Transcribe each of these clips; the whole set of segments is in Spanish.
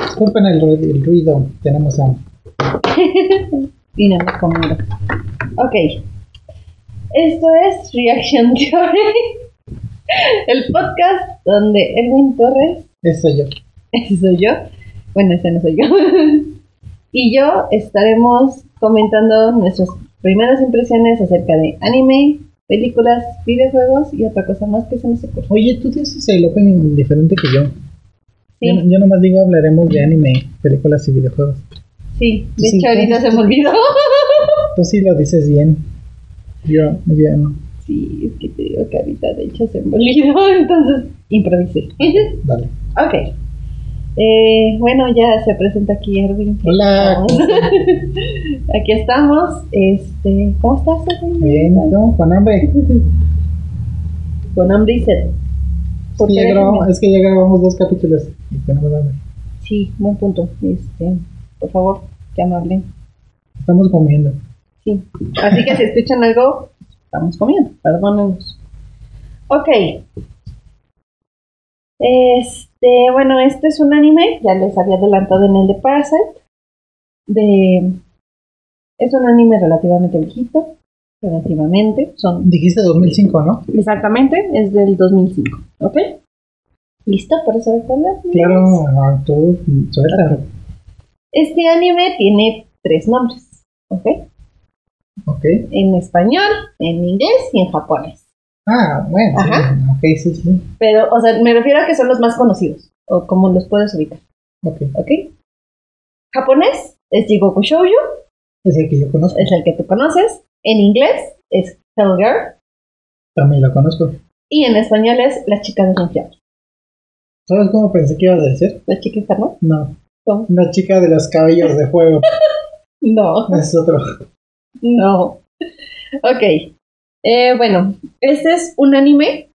Disculpen el, ru- el ruido, tenemos hambre. y no hemos comido. Ok. Esto es Reaction Theory, el podcast donde Edwin Torres, Eso yo. ese soy yo, bueno, ese no soy yo, y yo estaremos comentando nuestras primeras impresiones acerca de anime, películas, videojuegos y otra cosa más que se nos ocurre. Oye, tú dices el opening diferente que yo. Sí, Yo, yo nomás digo hablaremos de anime, películas y videojuegos. sí, de Sí, hecho ahorita se me olvidó. Tú sí lo dices bien. Yo, yo no. Sí, es que te digo que ahorita de hecho se me olvidó, entonces improvisé. Dale. Ok. Eh, bueno, ya se presenta aquí Erwin. Hola. ¿cómo estás? Aquí estamos. Este, ¿Cómo estás, Erwin? Bien, ¿no? Con hambre. Con hambre y sed. Es Pues que, ya grabamos, es que ya grabamos dos capítulos y tenemos hambre. Sí, buen punto. Este, por favor, que amable. Estamos comiendo. Sí. Así que si escuchan algo, estamos comiendo. Perdónenos. Ok. Este, bueno, este es un anime, ya les había adelantado en el de Parasite. De, es un anime relativamente viejito, relativamente, son Dijiste 2005, ¿no? Exactamente, es del 2005. ¿Ok? ¿Listo? ¿Por saber cuál es? Claro, ah, tú suéltalo. Este anime tiene tres nombres. ¿Ok? Ok. En español, en inglés y en japonés. Ah, bueno. sí, Ajá. Ok, sí, sí. Pero, o sea, me refiero a que son los más conocidos. O como los puedes ubicar. Ok. ¿Ok? Japonés es Jigoku Shoujo, Es el que yo conozco. es el que tú conoces. En inglés es Hell Girl. También lo conozco. Y en español es La Chica del Infierno. ¿Sabes cómo pensé que ibas a decir? ¿La Chica Infierno? No. ¿Cómo? La chica de los cabellos de fuego. No. es otro. No. Ok. Eh, bueno, este es un anime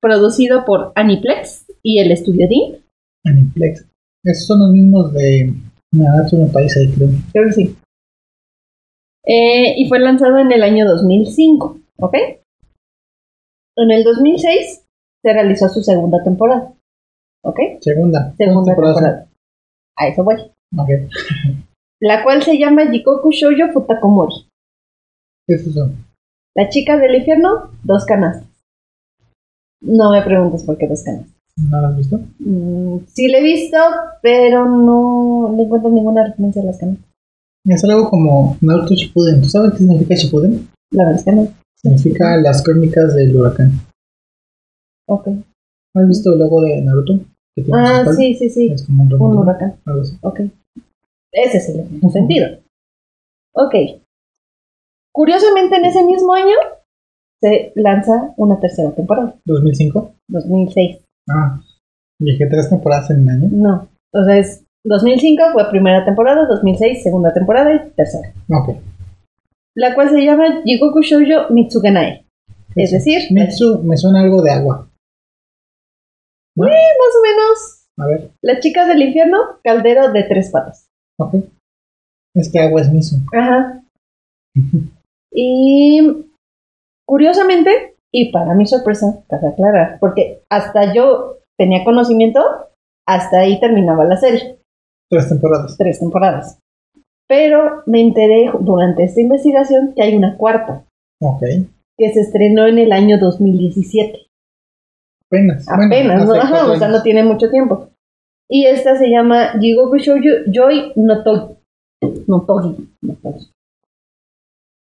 producido por Aniplex y el estudio Dean. Aniplex. Esos son los mismos de Nanatsu no Taizai, creo. Creo que sí. Eh, y fue lanzado en el año 2005, ¿ok? En el 2006 se realizó su segunda temporada, ¿ok? Segunda. Segunda temporada. temporada. A eso voy. Ok. La cual se llama Jikoku Shoujo Futakomori. Esos son. La chica del infierno, dos canastas. No me preguntes por qué dos canastas. ¿No lo has visto? Mm, sí le he visto, pero no le encuentro ninguna referencia a las canas. Es algo como Naruto Shippuden. ¿Tú sabes qué significa Shippuden? La verdad es que no. Significa las crónicas del huracán. Ok. ¿Has visto el logo de Naruto? Que tiene Ah, su espalda. sí, sí, sí. Es como un Un dragón. huracán. algo así. Ok. Ese es el mismo sentido. Ok. Curiosamente, en ese mismo año se lanza una tercera temporada, 2005. 2006. Ah. Viajé tres temporadas en un año. No. Entonces, 2005 fue primera temporada, 2006 segunda temporada y tercera. Ok. La cual se llama Jigoku Shoujo Mitsuganae. Es decir, más Mitsu, me suena algo de agua. o menos A ver. Las chicas del infierno, caldero de tres patas. Ok. Es que agua es Mitsu. Ajá. Y curiosamente, y para mi sorpresa, cabe aclarar, porque hasta yo tenía conocimiento, hasta ahí terminaba la serie, Tres temporadas. tres temporadas. Pero me enteré durante esta investigación que hay una cuarta, Ok. que se estrenó en el año 2017. Apenas. Bueno, Apenas, ¿no? hace Ajá, cuatro o sea, años. no tiene mucho tiempo. Y esta se llama Jigoku Shoujo Joy Notogi. Notogi. Notogi.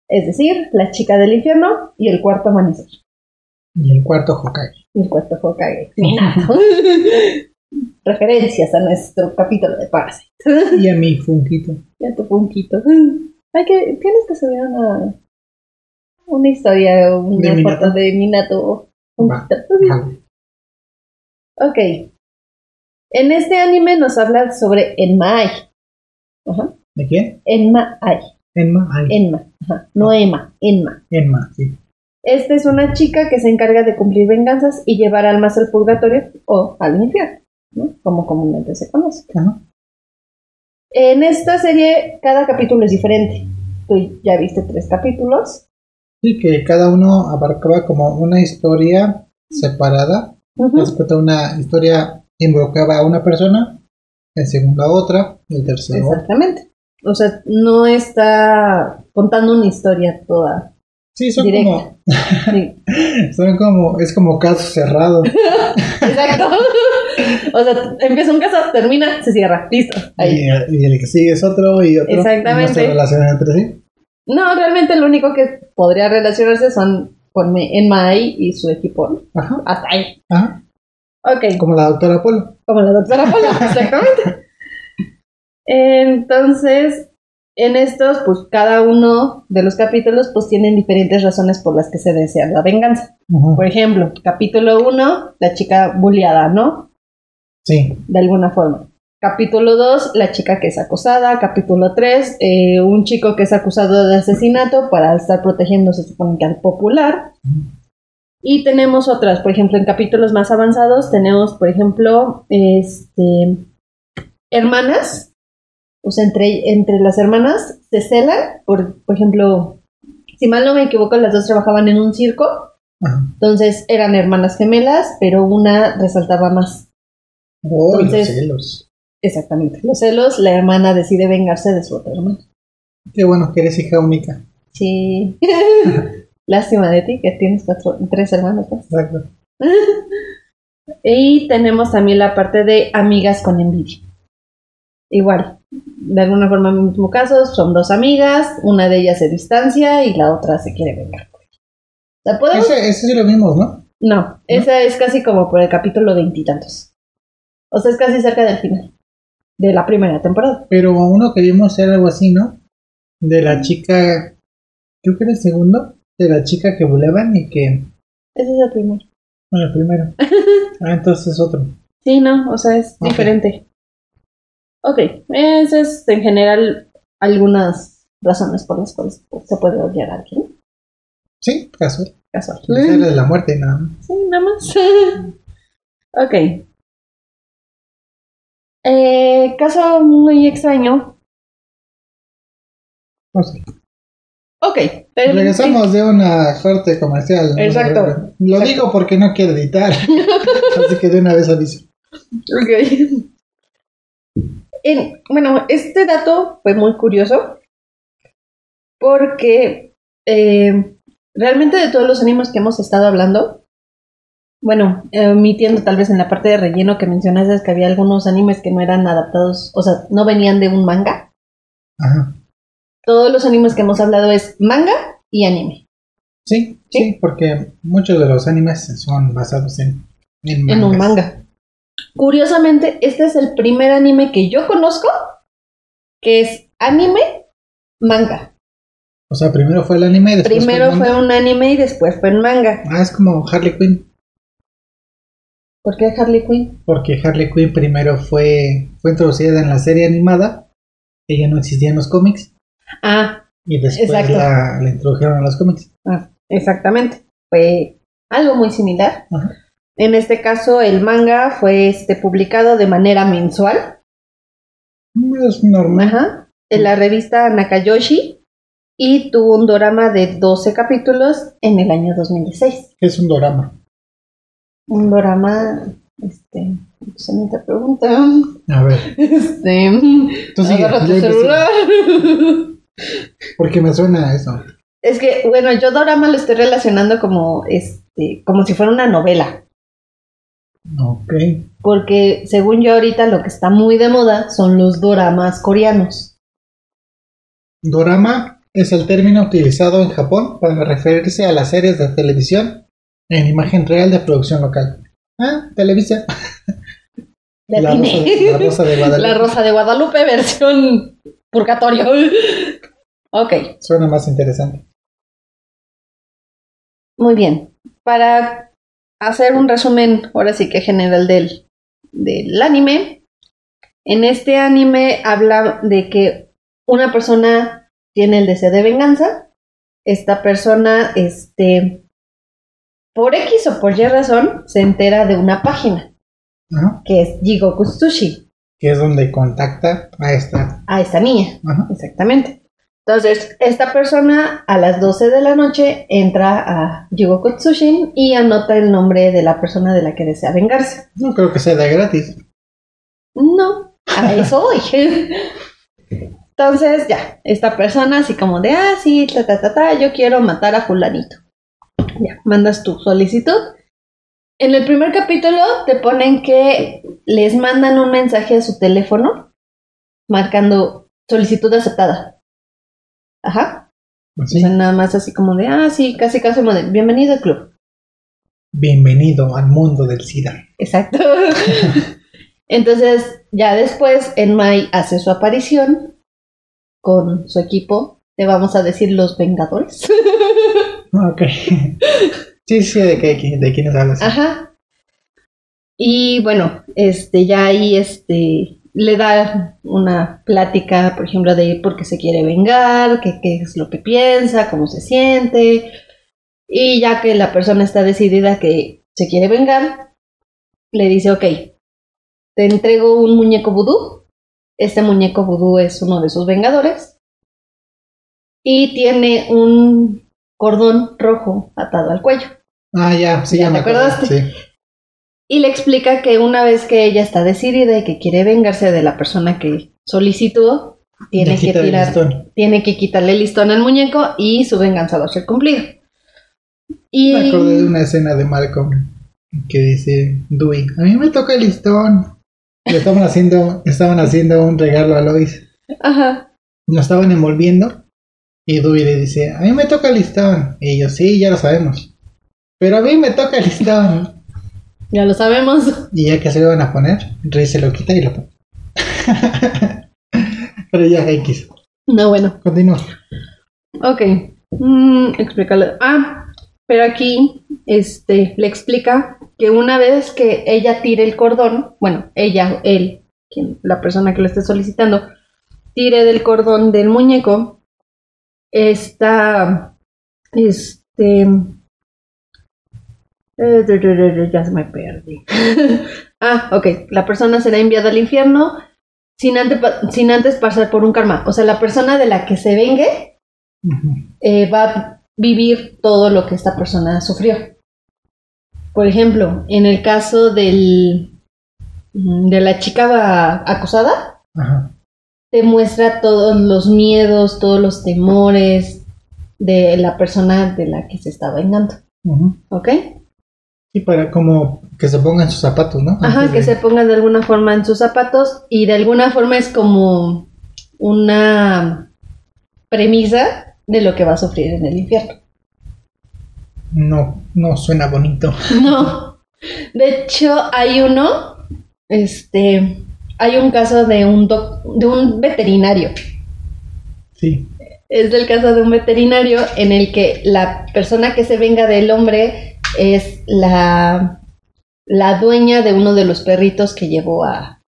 Es decir, la chica del infierno y el cuarto amanecer. Y el cuarto Hokage. Y pues, el cuarto Hokage. Referencias a nuestro capítulo de Parasite. Y a mi Funkito. Ya tu punquito. Hay que, tienes que subir una, una historia, ¿De una Minato? foto de Minato. Va. Punkito. Jale. Ok. En este anime nos habla sobre Enmae. Ajá. ¿De quién? Enmae. Enma. Ay, Enma. Ajá. No Ah. Emma. Enma. Enma, sí. Esta es una chica que se encarga de cumplir venganzas y llevar almas al purgatorio o al infierno, ¿no? como comúnmente se conoce. Ajá. En esta serie, cada capítulo es diferente. Tú ya viste tres capítulos. Sí, que cada uno abarcaba como una historia separada. Ujú. Después de una historia involucraba a una persona el segundo a otra y el tercero a otra. Exactamente. O sea, no está contando una historia toda. Sí, son Directo. como, Sí, son como, es como caso cerrado. exacto. O sea, empieza un caso, termina, se cierra, listo. Ahí. Y, y el que sigue es otro y otro. y No Exactamente. se relacionan entre sí. No, realmente lo único que podría relacionarse son con Me- Enma Ai y su equipo. Ajá, Hasta ahí. ajá. Ok, Como la doctora Polo. como la doctora Polo, exactamente. Entonces, en estos, pues cada uno de los capítulos, pues tienen diferentes razones por las que se desea la venganza. Ajá. Por ejemplo, capítulo 1, la chica bulleada, ¿no? Sí, de alguna forma. Capítulo 2, la chica que es acosada. Capítulo 3, un chico que es acusado de asesinato para estar protegiendo, se supone que al popular. Y tenemos otras, por ejemplo, en capítulos más avanzados tenemos, por ejemplo, este, hermanas. O sea, entre, entre las hermanas se celan, por, por ejemplo, si mal no me equivoco, las dos trabajaban en un circo. ajá. Entonces eran hermanas gemelas, pero una resaltaba más. Oh, Entonces- los celos. Exactamente. Los celos, la hermana decide vengarse de su otra hermana. Qué bueno que eres hija única. Sí. Lástima de ti que tienes cuatro, tres hermanos. pues. Exacto. Y tenemos también la parte de amigas con envidia. Igual, de alguna forma, en el mismo caso, son dos amigas, una de ellas se distancia y la otra se quiere vengar. ¿La podemos? Ese, ese sí lo vimos, ¿no? No, esa es casi como por el capítulo veintitantos. O sea, es casi cerca del final de la primera temporada. Pero uno que vimos era algo así, ¿no? De la chica, creo que era el segundo, de la chica que buleaban y que, Ese es el primero. bueno, el primero. Ah, entonces otro. Sí, no, o sea, es Ok. diferente. Ok, eso es en general algunas razones por las cuales se puede odiar a alguien. Sí, casual. Casual. Esa era de la muerte y nada más. Sí, nada más. ok. Eh, caso muy extraño. O sea, Ok. pero- regresamos de una corte comercial. ¿no? Em, Exacto. Lo digo porque no quiero editar. así que de una vez aviso. Ok. En- bueno, este dato fue muy curioso porque eh, realmente de todos los animes que hemos estado hablando, bueno, eh, omitiendo tal vez en la parte de relleno que mencionaste es que había algunos animes que no eran adaptados, o sea, no venían de un manga. Ajá. Todos los animes que hemos hablado es manga y anime, Sí, sí, porque muchos de los animes son basados en, en en un mangas. manga. Curiosamente, este es el primer anime que yo conozco que es anime manga. O sea, primero fue el anime y después Primero fue el manga. fue un anime y después fue un manga. Ah, es como Harley Quinn. ¿Por qué Harley Quinn? porque Harley Quinn primero fue, fue introducida en la serie animada, ella no existía en los cómics, Ah, y después Exacto. la, la introdujeron a los cómics. exactamente. Fue algo muy similar. Ajá. En este caso, el manga fue este, publicado de manera mensual Mm, Es normal. ajá, en la revista Nakayoshi y tuvo un dorama de 12 capítulos en el año 2016. Es un dorama. Un dorama, este, se me te pregunta. A ver, Este, tú sigue, agarra tu yo investigo, celular. porque me suena a eso. Es que, bueno, yo Dorama lo estoy relacionando como, este, como si fuera una novela. Ok. Porque según yo ahorita lo que está muy de moda son los doramas coreanos. Dorama es el término utilizado en Japón para referirse a las series de televisión en imagen real de producción local. Ah, Televisa. La, La rosa, de- la rosa de Guadalupe. de Guadalupe versión purgatorio. ok, Suena más interesante. muy bien. Para hacer un resumen, ahora sí que general del, del anime. En este anime habla de que una persona tiene el deseo de venganza. Esta persona, este, por X o por Y razón, se entera de una página Ajá. que es Jigoku Tsushi, Que es donde contacta a esta. a esta niña, Ajá. exactamente. Entonces, esta persona a las 12 de la noche entra a Jigoku Tsushi y anota el nombre de la persona de la que desea vengarse. No creo que sea de gratis. No, A eso voy. Entonces, ya, esta persona así como de, ah, sí, ta, ta, ta, ta, yo quiero matar a fulanito. Ya, mandas tu solicitud. En el primer capítulo te ponen que les mandan un mensaje a su teléfono marcando solicitud aceptada. Ajá. Así. O sea, nada más así como de, ah, sí, casi casi como de, bienvenido al club. Bienvenido al mundo del SIDA. Exacto. Entonces, ya después, Enmai hace su aparición con su equipo. Te vamos a decir los Vengadores. Ah, Ok. sí, sí, de, qué, de quiénes hablas. Ajá. Y bueno, este, ya ahí este, le da una plática, por ejemplo, de por qué se quiere vengar, qué, qué es lo que piensa, cómo se siente. Y ya que la persona está decidida que se quiere vengar, le dice, ok, te entrego un muñeco vudú. Este muñeco vudú es uno de sus vengadores. Y tiene un cordón rojo atado al cuello. Ah, ya, sí, ¿Ya ya, te me acuerdo, acordaste? sí. Y le explica que una vez que ella está decidida y que quiere vengarse de la persona que solicitó, tiene Ya que quita el tirar, listón. tiene que quitarle el listón al muñeco y su venganza va a ser cumplida. Y Me acordé de una escena de Malcolm que dice Dewey, a mí me toca el listón. Le estaban haciendo, estaban haciendo un regalo a Lois. ajá, Lo estaban envolviendo y Dewey le dice, a mí me toca el listón. Y yo, sí, ya lo sabemos. Pero a mí me toca el listón. ya lo sabemos. Y ya que se lo van a poner, Rey se lo quita y lo pone. Pero ya, X. No, bueno, Continúa. ok. Mm, explícale. Ah, pero aquí este, le explica que una vez que ella tire el cordón, bueno, ella, él, quien, la persona que lo esté solicitando, tire del cordón del muñeco, esta, este, eh, du- du- du- du- ya se me perdí. ah, ok, la persona será enviada al infierno sin antes, sin antes pasar por un karma. O sea, la persona de la que se vengue Ujú. eh, va a vivir todo lo que esta persona sufrió. Por ejemplo, en el caso del, mm, de la chica acusada, Ajá. te muestra todos los miedos, todos los temores de la persona de la que se está vengando, Ujú. ¿ok? Sí, para como que se pongan sus zapatos, ¿no? Ajá, Antes que de- se pongan de alguna forma en sus zapatos y de alguna forma es como una premisa de lo que va a sufrir en el infierno. No, no suena bonito. No. De hecho, hay uno, este, hay un caso de un doc- de un veterinario Sí. Es del caso de un veterinario en el que la persona que se venga del hombre es la, la dueña de uno de los perritos que llevó a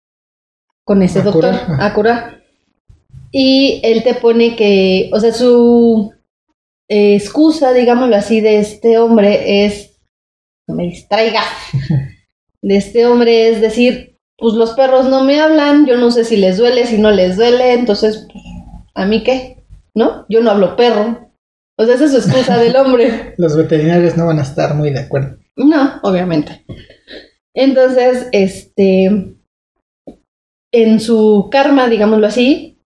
con ese A doctor curar. a curar. Y él te pone que, o sea, su eh, excusa, digámoslo así, de este hombre es, no me distraiga, de este hombre es decir, pues los perros no me hablan, yo no sé si les duele, si no les duele, entonces, ¿a mí qué? ¿no? Yo no hablo perro. O sea, esa es su excusa del hombre. Los veterinarios no van a estar muy de acuerdo. No, obviamente. Entonces, este, en su karma, digámoslo así,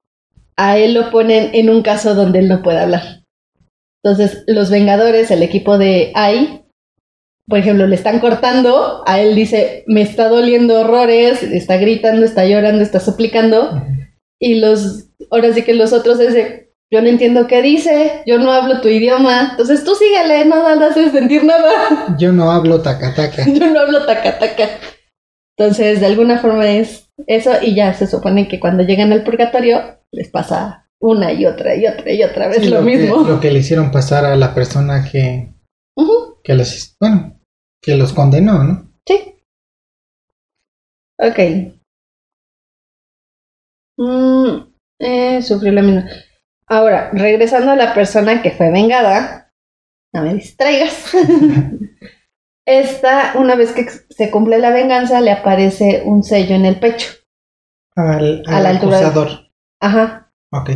a él lo ponen en un caso donde él no puede hablar. Entonces, los Vengadores, el equipo de AI, por ejemplo, le están cortando, a él dice, me está doliendo horrores, está gritando, está llorando, está suplicando, y los, ahora sí que los otros es de, yo no entiendo qué dice, yo no hablo tu idioma, entonces tú síguele, no me haces sentir nada, Yo no hablo tacataca. yo no hablo taca taca. Entonces, de alguna forma es eso y ya se supone que cuando llegan al purgatorio les pasa una y otra y otra y otra vez Sí, lo, que- mismo. lo que le hicieron pasar a la persona que, Ujú, que los bueno, que los condenó, ¿no? sí. Ok. Mm, eh, sufrió la misma. Ahora, regresando a la persona que fue vengada, no me distraigas. Esta, una vez que se cumple la venganza, le aparece un sello en el pecho. Al, A al la altura de- acusador. Ajá. Ok.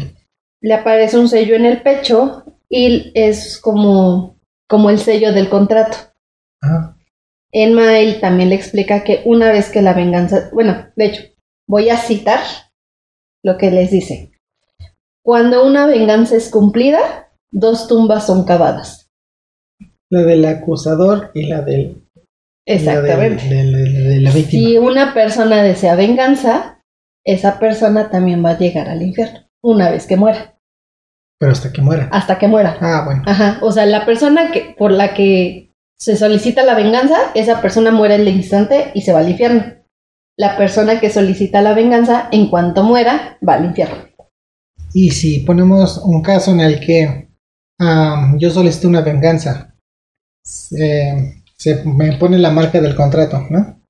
Le aparece un sello en el pecho y es como, como el sello del contrato. Ah, Enmael también le explica que una vez que la venganza, bueno, de hecho, Voy a citar lo que les dice. Cuando una venganza es cumplida, dos tumbas son cavadas. La del acusador y la del. y la del- Exactamente. del- del- de, la víctima. Si una persona desea venganza, esa persona también va a llegar al infierno una vez que muera, Pero hasta que muera. hasta que muera. Ah, bueno. Ajá, o sea, la persona que por la que se solicita la venganza, esa persona muere en el instante y se va al infierno. La persona que solicita la venganza, en cuanto muera, va al infierno. Y si ponemos un caso en el que am, yo solicito una venganza, eh, se me pone la marca del contrato, ¿no?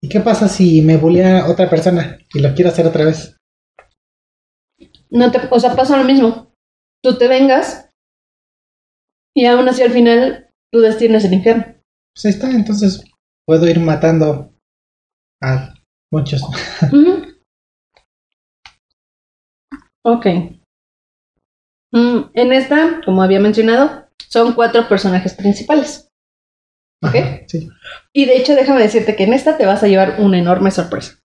¿Y qué pasa si me bulea a otra persona y lo quiero hacer otra vez? No te, o sea, pasa lo mismo. Tú te vengas y aún así al final tu destino es el infierno. Pues ahí está, entonces puedo ir matando a muchos. Ujú. Ok. Mm, en esta, como había mencionado, son cuatro personajes principales. Ok. Ajá, Sí. Y de hecho, déjame decirte que en esta te vas a llevar una enorme sorpresa.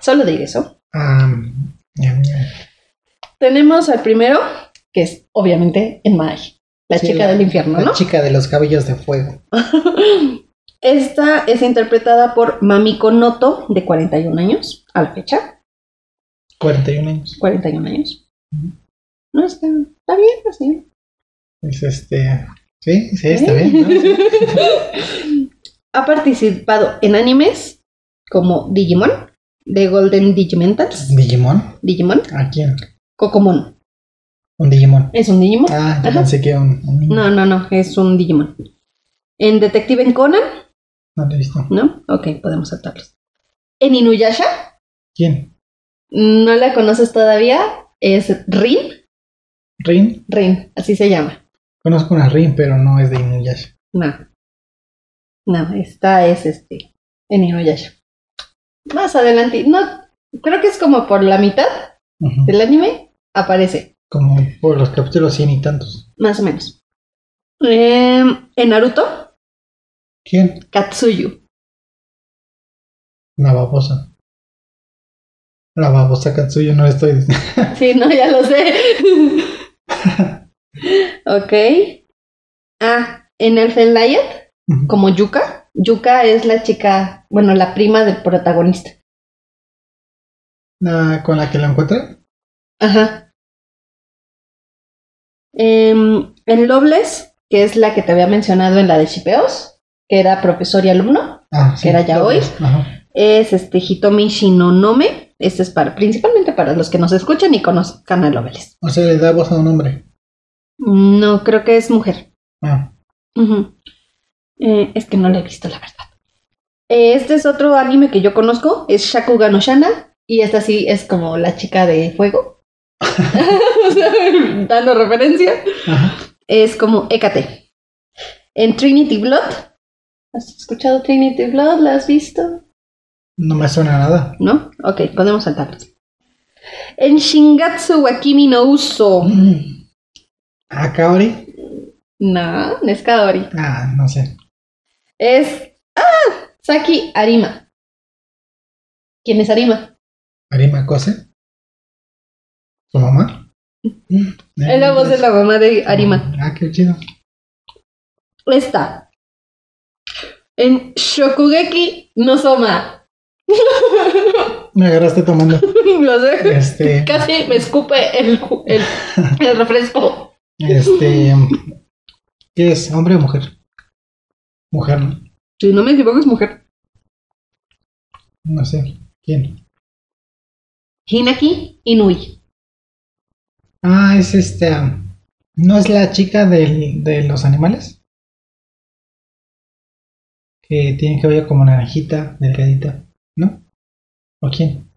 Solo diré eso. Am, ñam, ñam. Tenemos al primero, que es obviamente Enmai, la Sí, chica la- del infierno, La ¿no? chica de los cabellos de fuego. Esta es interpretada por Mamiko Noto, de 41 años, a la fecha. 41 años. 41 años. Ujú. No, está, está bien así. Es este. Sí, sí, está bien. ¿no? Sí. ha participado en animes como Digimon, The Golden Digimentals, Digimon. Digimon, ¿A quién? Cocomon. Un Digimon. ¿Es un Digimon? Ah, yo Ajá. pensé que un. un niño. No, no, no, es un Digimon. En Detective en Conan, No lo he visto. ¿no? Ok, podemos saltarlos. En Inuyasha, ¿Quién? no la conoces todavía, es Rin, Rin. Rin, así se llama. Conozco una Rin, pero no es de Inuyasha. No. No, esta es este. En Inuyasha. Más adelante. No. Creo que es como por la mitad Ujú. del anime. Aparece. Como por los capítulos 100 y tantos. Más o menos. Eh, en Naruto, ¿Quién? Katsuyu. Una babosa. La babosa Katsuyo no estoy. Sí, no, ya lo sé. ok. Ah, en Elfen Lion, como Yuka. Yuka es la chica, bueno, la prima del protagonista. Ah, ¿Con la que la encuentra? Ajá. Em, en Lobles, que es la que te había mencionado en la de Chipeos, que era profesor y alumno, Ah, Que era Yaoi. Ajá. es este Hitomi Shinonome. Este es para, principalmente para los que nos escuchan y conozcan a Lobles. O sea, le da voz a un hombre. No, creo que es mujer. Ah, Ujú. Eh, es que no la he visto, la verdad. Eh, Este es otro anime que yo conozco, es Shakuga no Shana, y esta sí es como la chica de fuego. O sea, Dando referencia. Ajá. es como Hécate. En Trinity Blood. ¿Has escuchado Trinity Blood? ¿La has visto? No me suena nada. ¿No? Ok, podemos saltarlos. En Shingatsu wa Kimi no Uso. Mm. ¿A Ah, Kaori? No, no es Kaori. Ah, no sé. Es. ¡Ah! Saki Arima. ¿Quién es Arima? ¿Arima Kose? ¿Su mamá? Es la voz de la mamá de Arima. Ah, qué chido. Esta. En Shokugeki no Soma. Me agarraste tomando. Lo sé. Este. Casi me escupe el, ju- el, el refresco. Este. ¿Qué es? ¿Hombre o mujer? Mujer, ¿no? Si no me equivoco, es mujer. No sé. ¿Quién? Hinaki Inui. Ah, es este. ¿No es la chica del, de los animales? Que tiene cabello como naranjita, delgadita, ¿no? ¿O quién?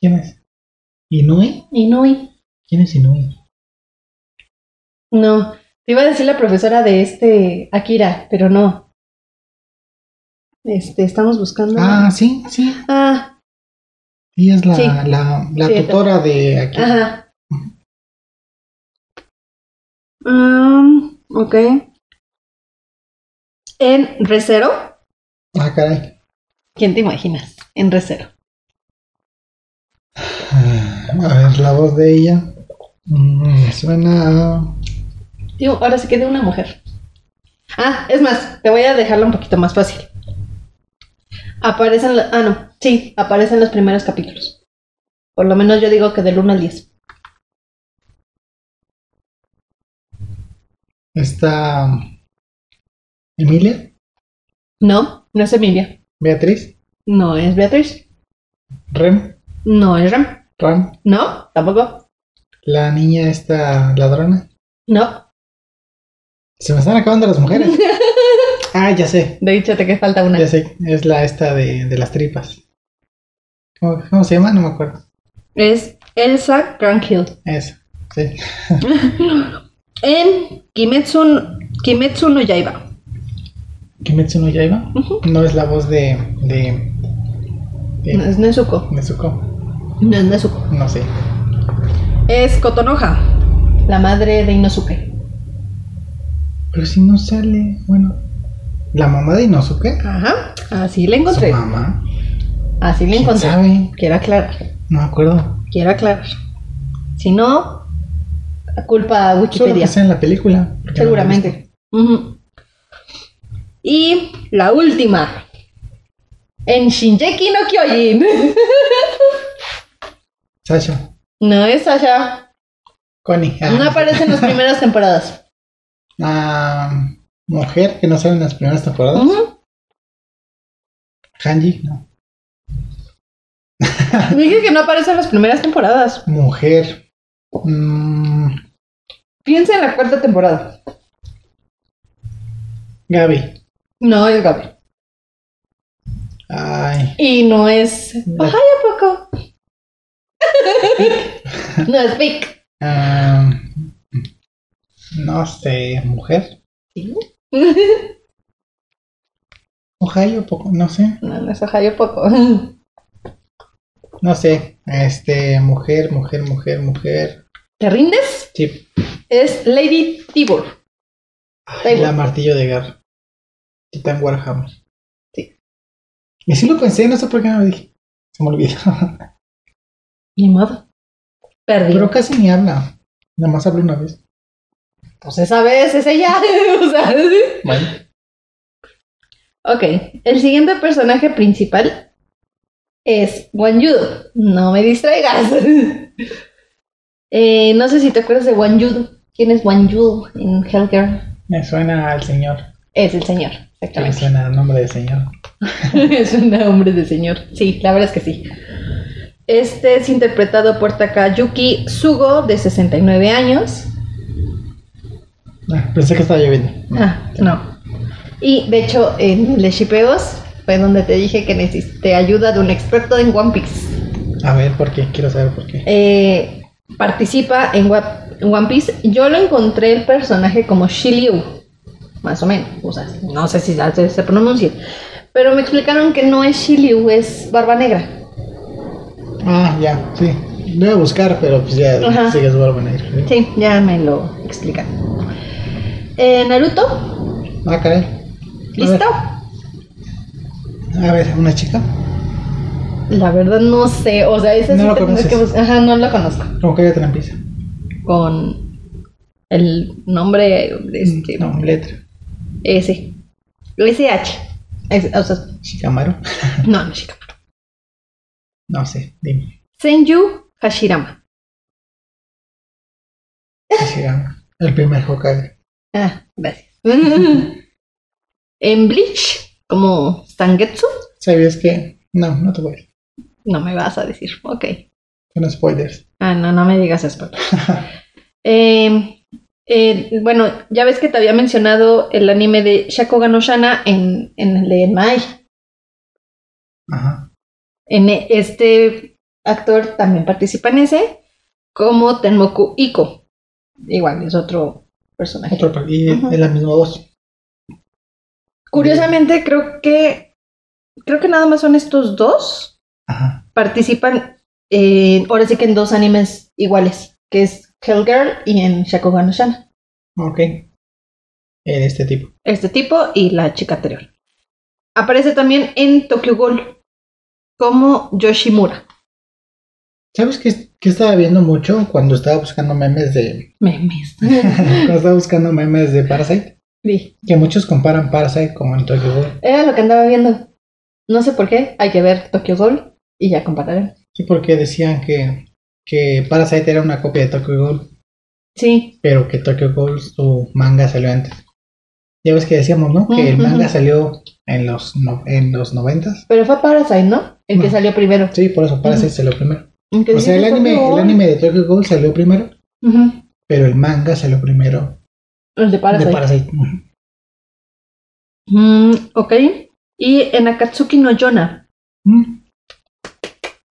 ¿Quién es? ¿Inui? Inui. ¿Quién es Inui? No. Te iba a decir la profesora de este Akira, pero no. Este, estamos buscando. Ah, sí, sí. Ah, Ella es la, Sí. la, la Sí, tutora de aquí. ajá. Mm, ok. En Recero. Ah, caray. Ah, ¿Quién te imaginas? En Recero. Eh, A ver, la voz de ella. Mm, suena a... Digo, ahora sí que de una mujer. Ah, es más, te voy a dejarla un poquito más fácil. Aparecen, la- ah, no, sí, aparecen los primeros capítulos. Por lo menos yo digo que del 1 al 10. Está... Emilia, No, no es Emilia. Beatriz, No es Beatriz. Rem, No es Ram. Ram, No, tampoco. la niña esta ladrona. No. Se me están acabando las mujeres. Ah, ya sé, De dicho te que falta una. ya sé. Es la esta de, de las tripas. ¿Cómo, cómo se llama? No me acuerdo. Es Elsa Grandkill. Esa, sí. En Kimetsu, Kimetsu no Yaiba. Kimetsu no Yaiba. No es la voz de... de... No de es Nezuko. Nezuko. No es Nezuko. No sé. Es Kotonoha. La madre de Inosuke. Pero si no sale... Bueno... ¿La mamá de Inosuke? Ajá. Así la ¿Su encontré. mamá? Así la ¿Quién encontré. sabe? Quiero aclarar. No me acuerdo. Quiero aclarar. Si no, culpa a Solo que Wikipedia. sea en la película. porque no la he visto. Seguramente. Ujú. Y la última. En Shinjeki no Kyojin. Sasha. No es Sasha. Connie. Ah, No aparece en las primeras temporadas. Ah, mujer que no sale en las primeras temporadas. Ujú. Hanji, no. Dije que no aparece en las primeras temporadas. Mujer. Mm, Piensa en la cuarta temporada. Gaby. No es Gaby. Ay. Y no es. La- Ojalá poco. no es Pic. ah, no sé, mujer. Ohio, poco, no sé. No, no es Ohio poco. No sé. Este, mujer, mujer, mujer, mujer. ¿Te rindes? Sí. Es Lady Tibor. Ay, la martillo de guerra. Titan Warhammer. Sí. Y sí lo pensé, no sé por qué no lo dije. Se me olvidó. Ni modo. Perdí. Pero casi ni habla. Nada más habla una vez. pues esa vez es ella. o sea, Bueno. ok. El siguiente personaje principal es Wan Yudo. No me distraigas. Eh, no sé si te acuerdas de Wan Yudo. ¿Quién es Wan Yudo en Hellgirl? Me suena al señor. Es el señor, Me exactamente. suena al nombre del señor. es un nombre de señor. Sí, la verdad es que sí. Este es interpretado por Takayuki Sugo, de 69 años. Ah, pensé que estaba lloviendo. Ah, no. Y de hecho, en el de Shipeos fue donde te dije que necesité ayuda de un experto en One Piece. A ver, ¿por qué? Quiero saber por qué. Eh, participa en Wa- en One Piece. Yo lo encontré el personaje como Shiliu, más o menos. O sea, no sé si la- se, se pronuncia. Pero me explicaron que no es Shiliu, es Barba Negra. Ah, ya, sí. Lo iba a buscar, pero pues ya Ajá. sigues vuelvo a ir. Sí, ya me lo explican. Eh, Naruto, Ah, caray. ¿listo? A ver, una chica. La verdad no sé, o sea, ese No sí lo tendrás conoces. bus- Ajá, no lo conozco. ¿Cómo que ya te la empieza? Con el nombre este, No, letra. ese. SH. Es- o sea, Shikamaru. no, no, chica. No sé, dime. Senju Hashirama. Shikamaru. El primer Hokage. Ah, gracias. en Bleach, como Sangetsu, ¿Sabías que? No, no te voy. a decir. no me vas a decir, ok. Son spoilers. Ah, no, no me digas eso. Eh, eh, bueno, ya ves que te había mencionado el anime de Shakugan no Shana en, en el de Mai. Ajá. En e- este actor también participa en ese, como Tenmoku Iko. Igual, es otro personaje. Otro, pa- y Ajá. es la misma voz. Curiosamente, creo que creo que nada más son estos dos. Ajá. Participan en, ahora sí que en dos animes iguales, que es Hellgirl y en Shakugan no Shana. Ok. En este tipo. este tipo y la chica anterior. Aparece también en Tokyo Ghoul como Yoshimura. ¿Sabes qué, qué estaba viendo mucho cuando estaba buscando memes de. Memes. cuando estaba buscando memes de Parasite? Sí. Que muchos comparan Parasite con Tokyo Ghoul. Era lo que andaba viendo. No sé por qué. Hay que ver Tokyo Ghoul y ya compararé. Sí, porque decían que, que Parasite era una copia de Tokyo Ghoul, Sí. pero que Tokyo Ghoul su manga salió antes. Ya ves que decíamos, ¿no? Que el Ujú, manga ujú. salió en los no- en los noventas. Pero fue Parasite, ¿no? El que No. salió primero. Sí, por eso Parasite salió primero. Aunque O sea, el dice Tokyo anime, el Ghoul. anime de Tokyo Ghoul salió primero, Ujú. pero el manga salió primero El de Parasite. de Parasite. Mm, ok. Y en Akatsuki no Yona. Mm.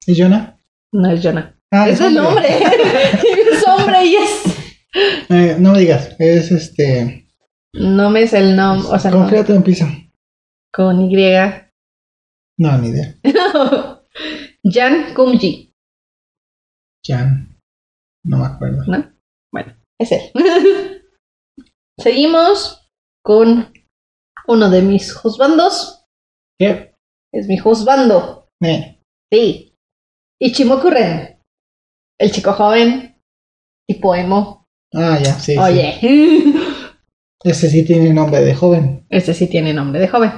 ¿Y Jonah? No es Yona. Ah, es el hombre. hombre. es hombre y es. Eh, no me digas, es este. No me es el nombre. O sea, no. Confíate en Pisa. Con Y. No, ni idea. Jan Kumji. Jan. No me acuerdo. Es él. Seguimos con uno de mis juzbandos. ¿Qué? Es mi juzbando. Eh, Sí. Ichimoku Ren. El chico joven. Tipo emo. Ah, ya, sí. sí. Oye. Ese sí tiene nombre de joven. Este sí tiene nombre de joven.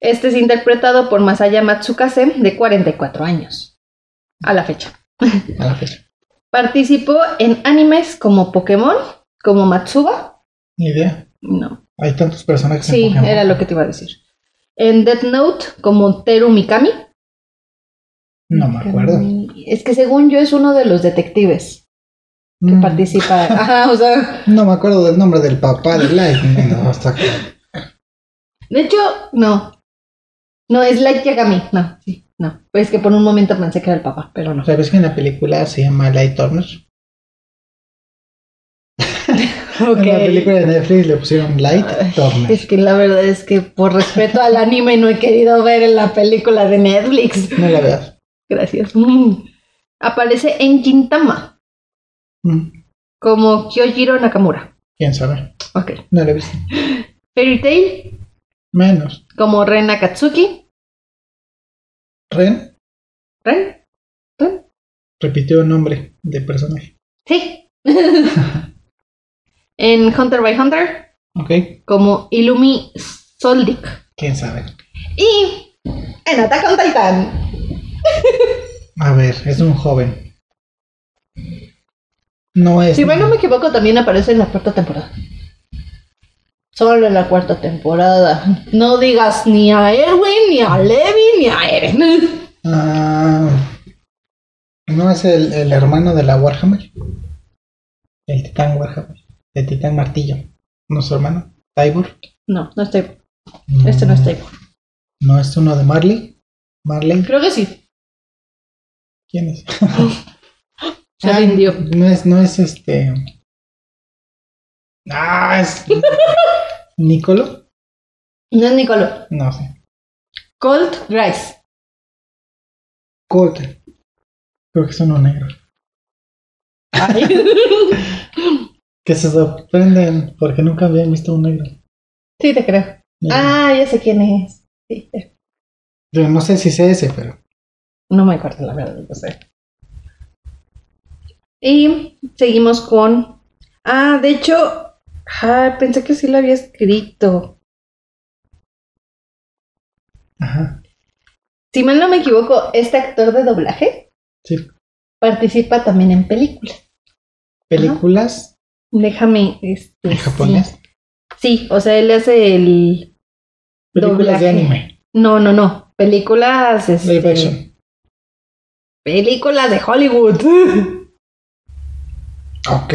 Este es interpretado por Masaya Matsukase, de 44 años. A la fecha. A la fecha. Participó en animes como Pokémon, como Matsuba. Ni idea. No. Hay tantos personajes en Sí, Pokémon. era lo que te iba a decir. En Death Note, como Teru Mikami. No me acuerdo. Mikami. Es que según yo es uno de los detectives que Mm, participa. Ajá, o sea. No me acuerdo del nombre del papá de Lightning. No, hasta que- De hecho, no. No, es Light Yagami. No, sí, no. Pues es que por un momento pensé que era el papá, pero no. ¿Sabes que en la película se llama Light Turner? En la película de Netflix le pusieron Light Turner. Es que la verdad es que por respeto al anime no he querido ver en la película de Netflix. No la veas. Gracias. Mm. Aparece en Quintama Mm, como Kyojiro Nakamura. ¿Quién sabe? Ok. No la he visto. Fairy Tail Menos. como Ren Akatsuki. Ren ¿Ren? repitió el nombre de personaje. Sí. en Hunter by Hunter ¿Ok? como Illumi Soldik. ¿Quién sabe? Y en Attack on Titan. A ver, es un joven. No es. Si mal no me equivoco, también aparece en la cuarta temporada. Solo en la cuarta temporada. No digas ni a Erwin, ni a Levi, ni a Eren. Ah, no es el, el hermano de la Warhammer. El titán Warhammer. El titán martillo. ¿No es su hermano? ¿Tybor? No, no estoy. Este no es Table. ¿No es uno de Marley? ¿Marley? Creo que sí. ¿Quién es? Se Ah, rindió. No es, no es este. Ah, es. ¿Nicolo? No es Nicolo. No sé. Colt Grice. Colt. Creo que es uno negro. Que se sorprenden porque nunca habían visto un negro. sí, te creo. Ah, ya sé quién es. Sí, ya. Yo no sé si sé ese, pero. No me acuerdo, la verdad, no sé. Y seguimos con. Ah, de hecho, ah, pensé que sí lo había escrito. Ajá. Si mal no me equivoco, este actor de doblaje Sí. participa también en películas. Películas Déjame. Este, en japonés. Sí. sí, o sea, él hace el. Películas Doblaje. de anime. No, no, no. Películas. este, Live action. Películas de Hollywood. Ok.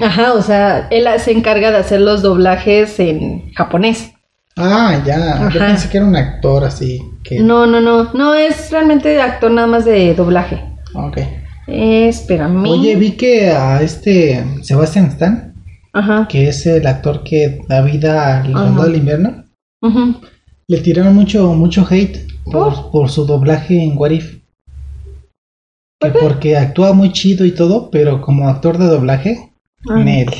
Ajá, o sea, él se encarga de hacer los doblajes en japonés. Ah, ya. Yo Ajá. pensé que era un actor así. Que... No, no, no. No es realmente actor nada más de doblaje. Ok. Eh, espérame. Oye, vi que a este Sebastian Stan, Ajá. que es el actor que da vida al Ajá. Soldado del invierno, ujú. le tiraron mucho, mucho hate por, ¿Por? por su doblaje en What If. Que porque actúa muy chido y todo, pero como actor de doblaje, Ah, Nel.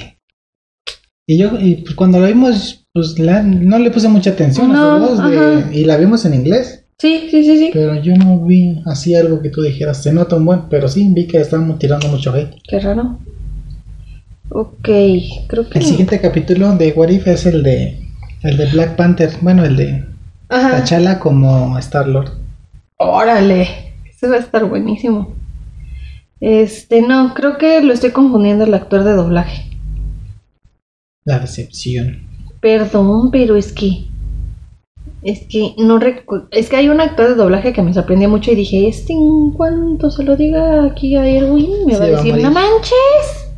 Y yo, y pues cuando la vimos, pues la- no le puse mucha atención a No, su voz de- y la vimos en inglés. Sí, sí, sí, sí. Pero yo no vi así algo que tú dijeras, se nota un buen, pero sí vi que estaban tirando mucho hate. Qué raro. Ok, creo que. El no. siguiente capítulo de What If es el de el de Black Panther, bueno, el de Ajá. T'Challa como Star-Lord. Órale. Este va a estar buenísimo. Este, no, creo que lo estoy confundiendo el actor de doblaje. La decepción. Perdón, pero es que. Es que no recu- Es que hay un actor de doblaje que me sorprendió mucho y dije: Este, en cuanto se lo diga aquí a Erwin, me Se va a va a decir: morir. ¡No manches!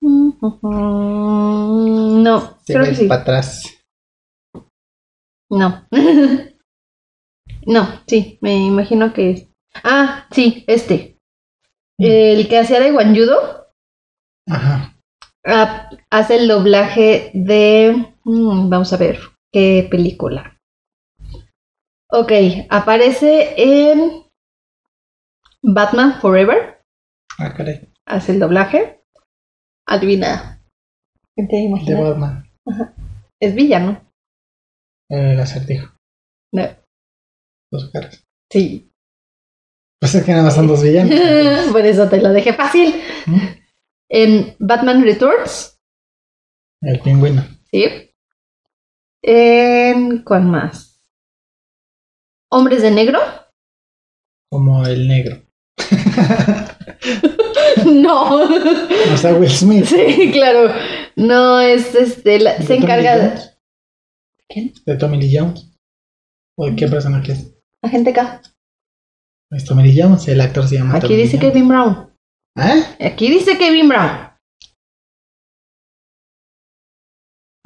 Mm, mm, mm, No, Se creo va que sí. para atrás. No. no, sí, me imagino que es. Ah, sí, este. Mm. El que hacía de Guanyudo Ajá. ah, hace el doblaje de. mm, vamos a ver, qué película. Ok, aparece en Batman Forever. Ah, caray. Hace el doblaje. Adivina. ¿Qué te De imaginas? Batman. Es villano. El acertijo. No. Dos caras. Sí. Pues es que nada más son dos villanos. Por eso te lo dejé fácil. ¿Mm? En Batman Returns. El pingüino. Sí. En, ¿Cuál más? Hombres de negro. Como el negro. No. O sea, Will Smith. sí, claro. No, es este. la- se encarga de. ¿Quién? ¿Quién? ¿De Tommy Lee Jones? ¿O de qué personaje es? Agente K. ¿Es Tommy Lee Jones? El actor se llama Aquí Tommy Lee dice Jones. Kevin Brown. ¿Eh? Aquí dice Kevin Brown.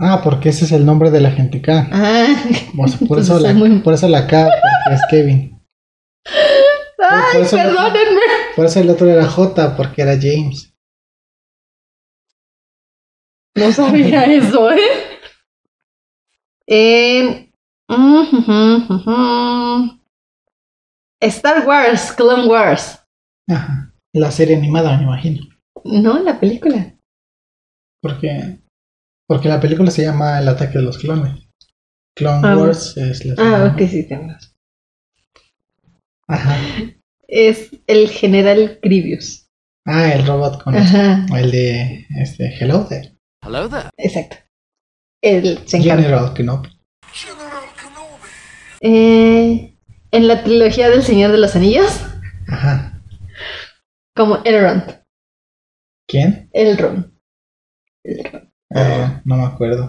Ah, porque ese es el nombre de la gente K. Ah, O sea, por, Entonces eso la, es muy- por eso la K, porque es Kevin. ay, eso no- perdónenme. Por eso el otro era J, porque era James. No sabía eso, ¿eh? En. mm, ujú, ujú. Star Wars, Clone Wars. Ajá. La serie animada, me imagino. No, la película. Porque, porque la película se llama El ataque de los clones. Clone Ah. Wars es la serie Ah, animada. ok, sí, tengo. Ajá. Es el general Grievous. Ah, el robot con Ajá, el de este, Hello there. Hello there. exacto. Él se encarga. General Kenobi. Eh, en la trilogía del Señor de los Anillos, Ajá. como Elrond. ¿Quién? Elrond. Ah, no me acuerdo.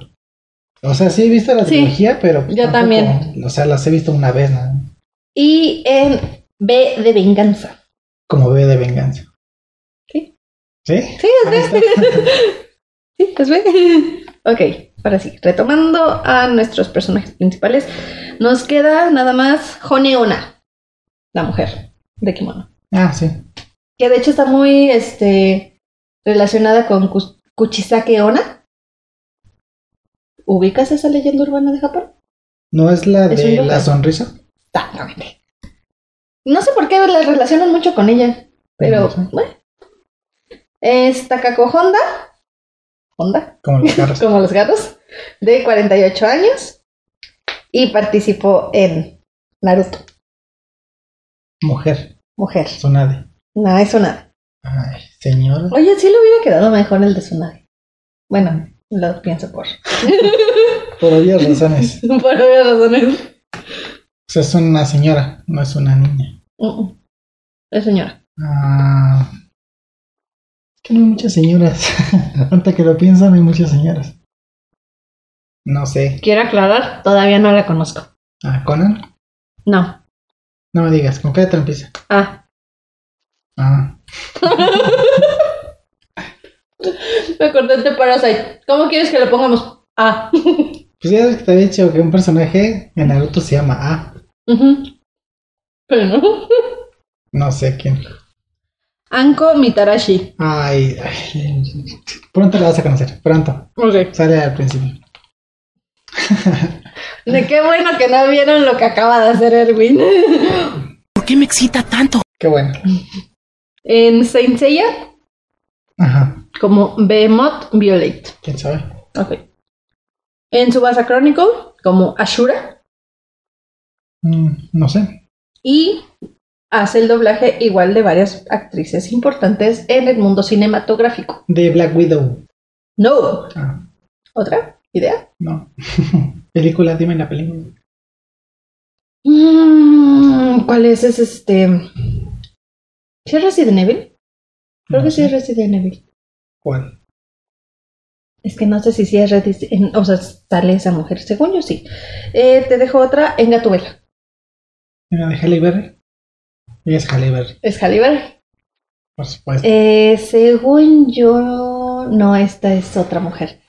O sea, sí he visto la Sí, trilogía, pero. pues yo también. O sea, las he visto una vez, ¿no? Y en B de Venganza. Como veo de venganza. Sí. ¿Sí? Sí, Ahí es B. Sí, es B. Ok, ahora sí. Retomando a nuestros personajes principales, nos queda nada más Honeona, la mujer de kimono. Ah, sí. que de hecho está muy este relacionada con Kus- Kuchisake Ona. ¿Ubicas esa leyenda urbana de Japón? ¿No es la Es de un la yoga. sonrisa? Exactamente. No sé por qué la relacionan mucho con ella, pero No sé. bueno. Es Takako Honda, Honda, Como los carros. como los gatos, de 48 años y participó en Naruto, Mujer. mujer. Sonade. No, es Tsunade. Ay, señora. Oye, sí le hubiera quedado mejor el de Tsunade. Bueno, lo pienso por Por obvias razones. Por obvias razones. O sea, es una señora, no es una niña. Mm, mm. Es señora. Ah. es Que no hay muchas señoras. Ahorita que lo piensan, hay muchas señoras. No sé. Quiero aclarar, todavía no la conozco. ¿A Conan? No. No me digas, ¿con qué letra empieza? Ah, Ah. me acordé de Parasite. ¿Cómo quieres que le pongamos? Ah. Pues ya ves que te había dicho que un personaje en Naruto se llama A. Ujú. Pero no. No sé quién. Anko Mitarashi. Ay, ay. Pronto la vas a conocer, pronto. Ok. Sale al principio. De qué bueno que no vieron lo que acaba de hacer Erwin. ¿Por qué me excita tanto? Qué bueno. En Saint Seiya, Ajá. como Behemoth Violet. ¿Quién sabe? Ok. En Subasa Chronicle, como Ashura. Mm, no sé. y hace el doblaje igual de varias actrices importantes en el mundo cinematográfico. De Black Widow. No, Ah, otra idea. no. película, dime la película. Mm, ¿Cuál es? Es este. ¿Sí es Resident Evil? Creo No que sí es sé. Resident Evil. ¿Cuál? Es que no sé si sí es Resident Evil. O sea, sale esa mujer. Según yo sí. Eh, te dejo otra en Gatubela. ¿Era de Halle Berry? Ella es Halle Berry, Es Halliburton. por supuesto. Eh, según yo, no, esta es otra mujer.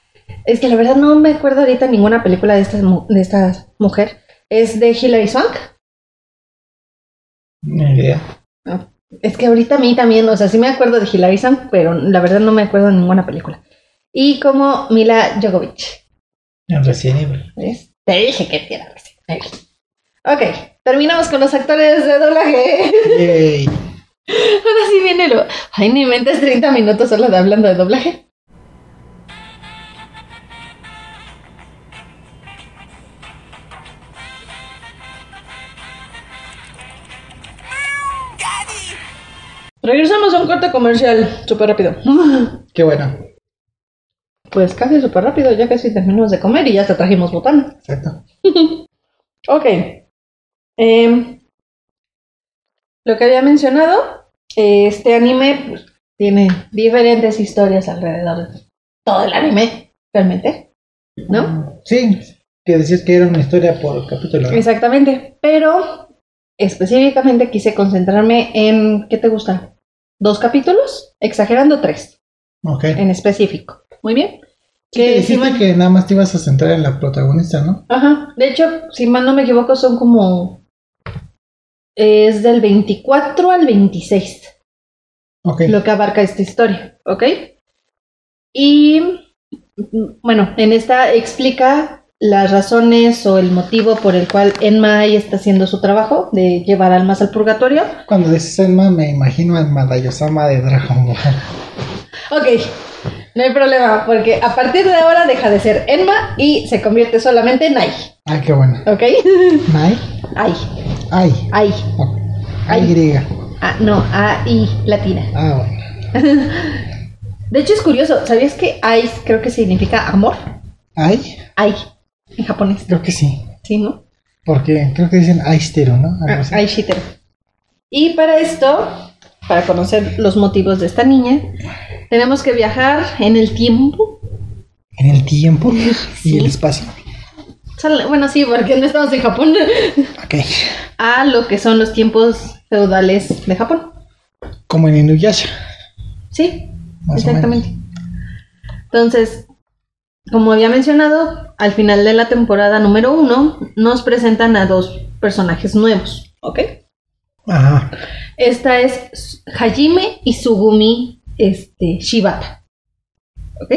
Es que la verdad no me acuerdo ahorita ninguna película de esta, de esta mujer. Es de Hilary Swank. Ni idea. Es que ahorita a mí también, o sea, sí me acuerdo de Hilary Swank, pero la verdad no me acuerdo de ninguna película. Y como Mila Jovovich. En Resident Evil. ¿Ves? Te dije que era así. Ahí. Ok, terminamos con los actores de doblaje. Yay. Ahora sí viene lo. Ay, ni mentes 30 minutos solo de hablando de doblaje. Regresamos a un corte comercial, súper rápido. Qué bueno. Pues casi súper rápido, ya casi terminamos de comer y ya te trajimos botán. Exacto. Ok. Em, lo que había mencionado, eh, este anime pues, tiene diferentes historias alrededor de todo el anime, realmente, ¿no? Sí, que decías que era una historia por capítulo. ¿no? Exactamente, pero específicamente quise concentrarme en, ¿qué te gusta? ¿Dos capítulos? Exagerando tres, Ok. en específico. Muy bien. Sí, te Que si dijiste mal- que nada más te ibas a centrar en la protagonista, ¿no? Ajá. De hecho, si mal no me equivoco, son como... Es del 24 al 26. Ok. lo que abarca esta historia, ¿ok? Y mm, bueno, en esta explica las razones o el motivo por el cual Enmai está haciendo su trabajo de llevar almas al purgatorio. Cuando dices Selma, me imagino al Madayosama de Dragon Ball. Ok, no hay problema, porque a partir de ahora deja de ser Enma y se convierte solamente en Ai, Ah, qué bueno. ¿ok? ¿Mai? Ai, Ay. Ai, Ok. Ay. Ay, griega. ah, no, A-I, latina. Ah, bueno. De hecho es curioso, ¿sabías que Ai creo que significa amor? Ay, Ai, en japonés, creo que sí. ¿sí, no? Porque creo que dicen Aistero, ¿no? Algo Ah, así. Ay, shitter. Y para esto, para conocer los motivos de esta niña, tenemos que viajar en el tiempo. En el tiempo y Sí. el espacio. Sal- Bueno, sí, porque no estamos en Japón. Ok. A lo que son los tiempos feudales de Japón. Como en Inuyasha. Sí, Más o menos. exactamente. Entonces, como había mencionado, al final de la temporada número uno, nos presentan a dos personajes nuevos, ¿ok? Ajá. Esta es Hajime y Sugumi este, Shibata. ¿Ok?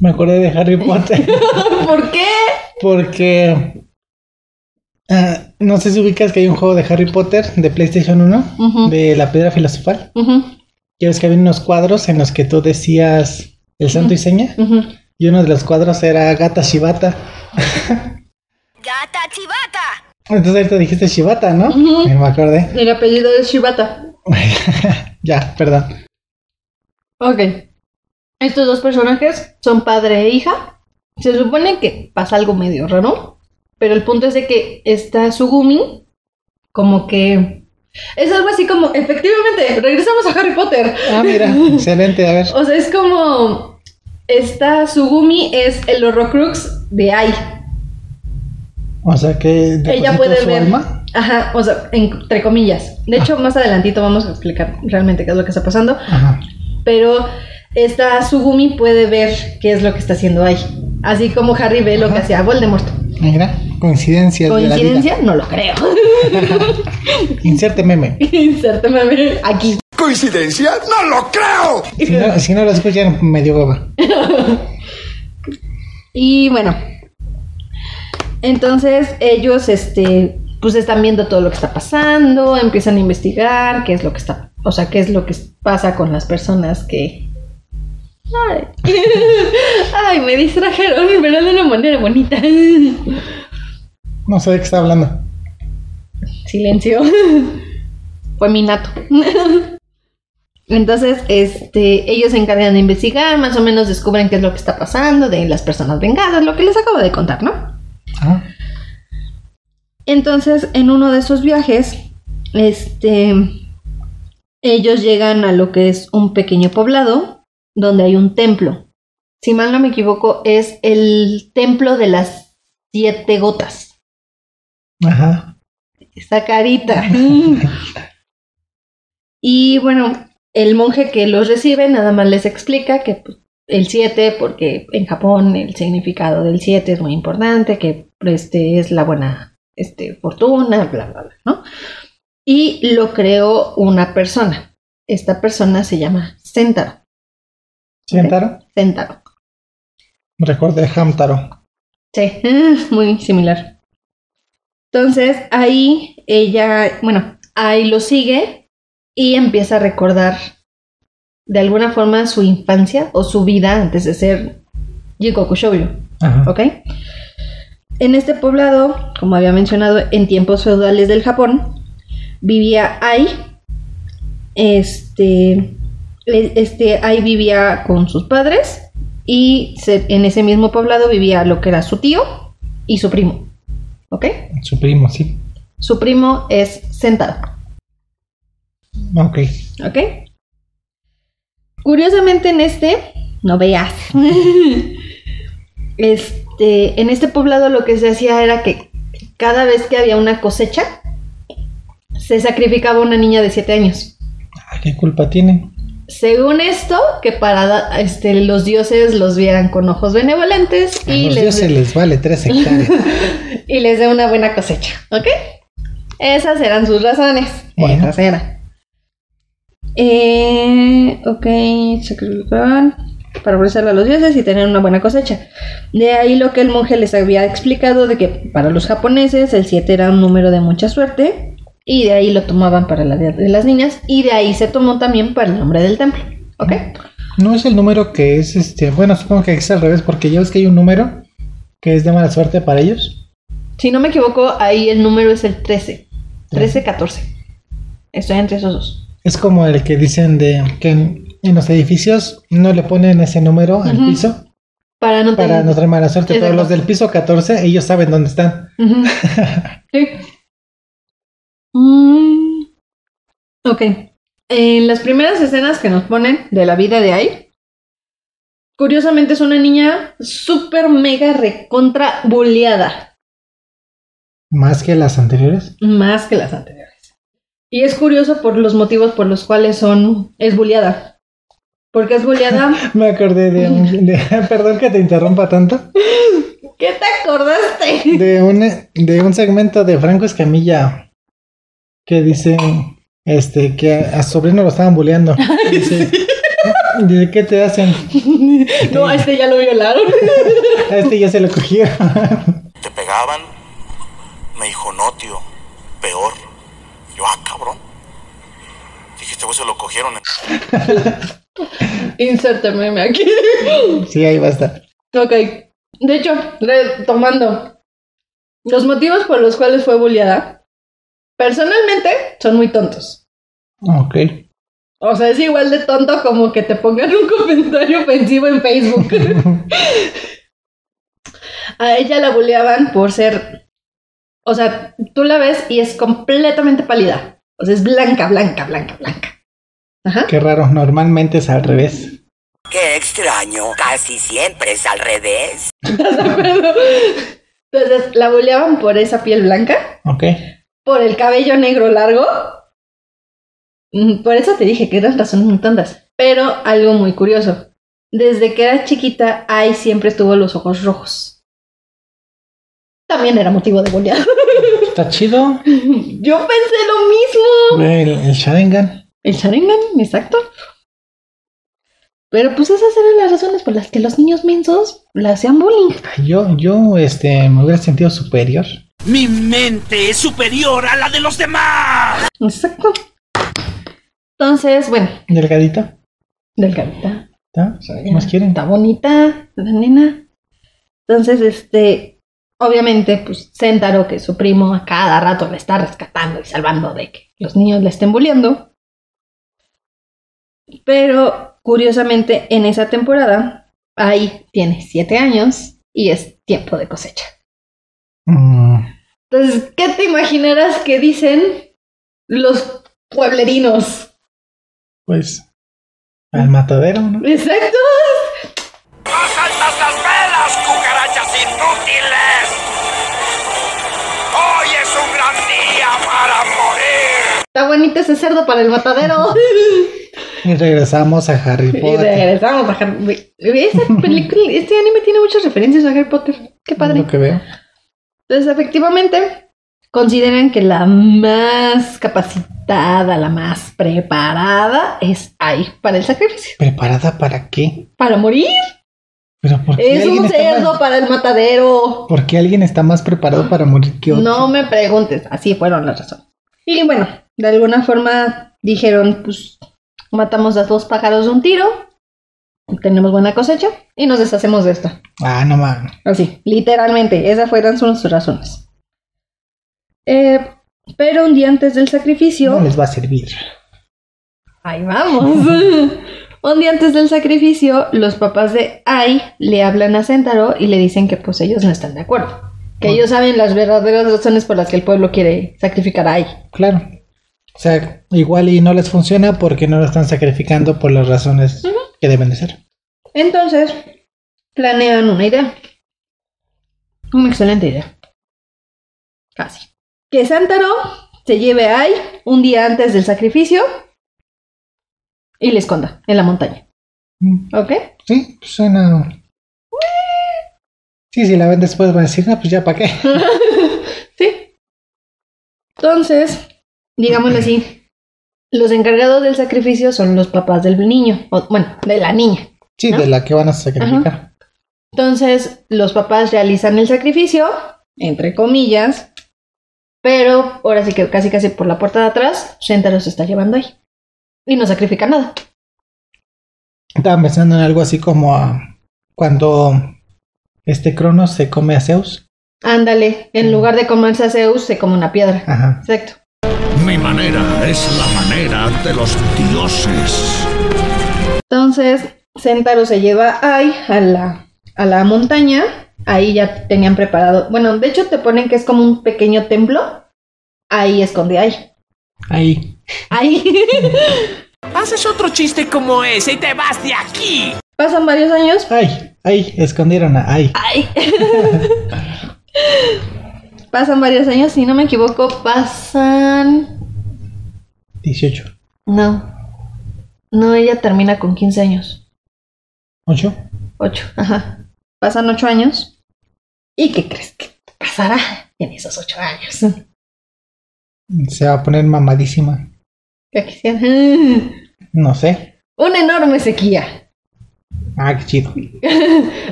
Me acordé de Harry Potter. ¿Por qué? Porque. ah, no sé si ubicas que hay un juego de Harry Potter de PlayStation 1 Ujú, de la piedra filosofal. ujú, Ya ves que había unos cuadros en los que tú decías el santo y seña. ujú. Y uno de los cuadros era Gata Shibata. Gata chivata. Entonces ahorita dijiste Shibata, ¿no? Ujú. Me acordé. El apellido es Shibata. ya, perdón. Ok. Estos dos personajes son padre e hija. Se supone que pasa algo medio raro, pero el punto es de que esta Sugumi, como que... Es algo así como, efectivamente, regresamos a Harry Potter. Ah, mira, excelente. A ver. O sea, es como. Esta Sugumi es el Horrocrux de Ai. O sea que Ella depositó puede su ver. alma. Ajá, o sea, entre comillas. De hecho, más adelantito vamos a explicar realmente qué es lo que está pasando. Ajá. Pero esta Sugumi puede ver qué es lo que está haciendo Ai. Así como Harry ve lo que Ajá. hacía Voldemort. Mira, coincidencias ¿Coincidencia? No lo creo. de la vida. Inserte meme. Inserte meme aquí. ¿Coincidencia? ¡No lo creo! Si no, si no lo escuchan, medio hueva. Y bueno, entonces ellos, este, pues están viendo todo lo que está pasando, empiezan a investigar qué es lo que está, o sea, qué es lo que pasa con las personas que... Ay, Ay, me distrajeron, pero de una manera bonita. No sé de qué está hablando. Silencio. Fue Minato. Entonces, este, ellos se encargan de investigar, más o menos descubren qué es lo que está pasando, de las personas vengadas, lo que les acabo de contar, ¿no? Ah, Entonces, en uno de esos viajes, este, ellos llegan a lo que es un pequeño poblado donde hay un templo. Si mal no me equivoco, es el templo de las siete gotas. ajá. Esa carita. y bueno, el monje que los recibe nada más les explica que pues, el 7, porque en Japón el significado del 7 es muy importante, que este es la buena este, fortuna, bla, bla, bla, ¿no? Y lo creó una persona. Esta persona se llama Sentaro. ¿Sientaro? Sentaro. Recordé Hamtaro. Sí, muy similar. Entonces ahí ella, bueno, ahí lo sigue y empieza a recordar de alguna forma su infancia o su vida antes de ser Jikoku Shoujo, Ajá. ¿ok? En este poblado, como había mencionado, en tiempos feudales del Japón, vivía Ai. Este, e- este Ai vivía con sus padres y se- en ese mismo poblado vivía lo que era su tío y su primo, ¿ok? Su primo, sí. Su primo es sentado. Ok. ¿Ok? Curiosamente en este, no veas. este, en este poblado lo que se hacía era que cada vez que había una cosecha, se sacrificaba una niña de 7 años. Ah, ¿Qué culpa tiene? Según esto, que para da- este, los dioses los vieran con ojos benevolentes A y los les, dioses les vale tres hectáreas. y les dé una buena cosecha, ¿ok? Esas eran sus razones. Bueno. Esas eran. Eh, ok, sacrificaban para ofrecerle a los dioses y tener una buena cosecha. De ahí lo que el monje les había explicado de que para los japoneses el 7 era un número de mucha suerte y de ahí lo tomaban para la de de las niñas y de ahí se tomó también para el nombre del templo, ¿ok? No es el número que es este. Bueno, supongo que es al revés, porque ya ves que hay un número que es de mala suerte para ellos. Si no me equivoco, ahí el número es el 13. Trece. 13-14. Estoy entre esos dos. Es como el que dicen de que en, en los edificios no le ponen ese número al Ujú. piso Para no para tener- no traer mala suerte, pero Exacto. los del piso 14, ellos saben dónde están. Ujú. Sí. Mm. Ok. En las primeras escenas que nos ponen de la vida de Ai, curiosamente es una niña súper mega recontra boleada, Más que las anteriores. más que las anteriores. Y es curioso por los motivos por los cuales son es boleada. Porque es boleada. Me acordé de un. de- perdón que te interrumpa tanto. ¿Qué te acordaste? De un, de un segmento de Franco Escamilla que dice este, que a, a su sobrino lo estaban bulleando. Dice, dice, ¿qué te hacen? No, a este ya lo violaron. A este ya se lo cogieron. te pegaban. Me dijo, no, tío, peor. Yo, ah, cabrón. Dije, este güey se lo cogieron. Insérteme aquí. sí, ahí va a estar. Ok. De hecho, retomando, los motivos por los cuales fue bulleada, personalmente son muy tontos. Ok. O sea, es igual de tonto como que te pongan un comentario ofensivo en Facebook. A ella la bulleaban por ser. O sea, tú la ves y es completamente pálida. O sea, es blanca, blanca, blanca, blanca. Ajá. Qué raro, normalmente es al revés. Qué extraño, casi siempre es al revés. ¿Estás de acuerdo? Entonces, la bulleaban por esa piel blanca. Ok. por el cabello negro largo. Mm, Por eso te dije que eran razones muy tontas. Pero algo muy curioso. Desde que era chiquita, Ai siempre tuvo los ojos rojos. También era motivo de golear. Está chido. Yo pensé lo mismo. El, el Sharingan. El Sharingan, exacto. Pero pues esas eran las razones por las que los niños mensos la hacían bullying. Ay, Yo, yo este, me hubiera sentido superior. Mi mente es superior a la de los demás. Exacto. Entonces, bueno, Delgadita. delgadita. ¿tá? ¿Más quieren? Está bonita la nena. Entonces, este, Obviamente, pues Sentaro, que es su primo, a cada rato le está rescatando y salvando de que los niños le estén bulleando. Pero curiosamente, en esa temporada, ahí tiene siete años y es tiempo de cosecha. Mm, Entonces, ¿qué te imaginarás que dicen los pueblerinos? pues Mm. al matadero, ¿no? Exacto. ¡Más altas las velas, cucarachas inútiles! ¡Hoy es un gran día para morir! Está bonito ese cerdo para el matadero. Y regresamos a Harry Y Potter. regresamos a Harry Potter. Esta película- este anime tiene muchas referencias a Harry Potter. Qué Es padre. Lo que veo. Entonces, efectivamente, consideran que la más capacitada, la más preparada es ahí para el sacrificio. ¿Preparada para qué? Para morir. Pero ¿por qué Es alguien un está cerdo más- para el matadero. ¿Por qué alguien está más preparado para morir que otro? No me preguntes, así fueron las razones. Y bueno, de alguna forma dijeron, pues matamos a dos pájaros de un tiro, tenemos buena cosecha y nos deshacemos de esta. Ah, no mames. Así, literalmente, esas fueron sus sus razones. Eh, pero un día antes del sacrificio, No les va a servir. ahí vamos. un día antes del sacrificio, los papás de Ai le hablan a Sentaro y le dicen que pues ellos no están de acuerdo. Que ellos saben las verdaderas razones por las que el pueblo quiere sacrificar a Ai. Claro. O sea, igual y no les funciona porque no lo están sacrificando por las razones que deben de ser. Entonces, planean una idea. Una excelente idea. Casi. Que Santaro se lleve a Ai un día antes del sacrificio y le esconda en la montaña. Mm. ¿Ok? Sí, pues suena. Sí, si la ven después van a decir, no, pues ya para qué. Sí. Entonces, digámoslo así, los encargados del sacrificio son los papás del niño, o, bueno, de la niña. Sí, ¿No? de la que van a sacrificar. Entonces, los papás realizan el sacrificio, entre comillas, pero ahora sí que casi casi por la puerta de atrás, Shentaro se está llevando ahí. Y no sacrifica nada. Estaba pensando en algo así como a cuando este Cronos se come a Zeus. Ándale, en lugar de comerse a Zeus, se come una piedra. Ajá. Exacto. Mi manera es la manera de los dioses. Entonces, Sentaro se lleva a Ai a la, a la montaña. Ahí ya tenían preparado. Bueno, de hecho te ponen que es como un pequeño templo. Ahí esconde a Ai. Ahí. Ahí. Haces otro chiste como ese y te vas de aquí. Pasan varios años, Ay, ay, escondieron a ay. Ay. pasan varios años, si no me equivoco, pasan. 18. No. No, ella termina con 15 años. 8. 8. Ajá. Pasan 8 años. ¿Y qué crees que pasará en esos 8 años? Se va a poner mamadísima. ¿Qué quisiera? Una No sé. enorme sequía. Ah, qué chido.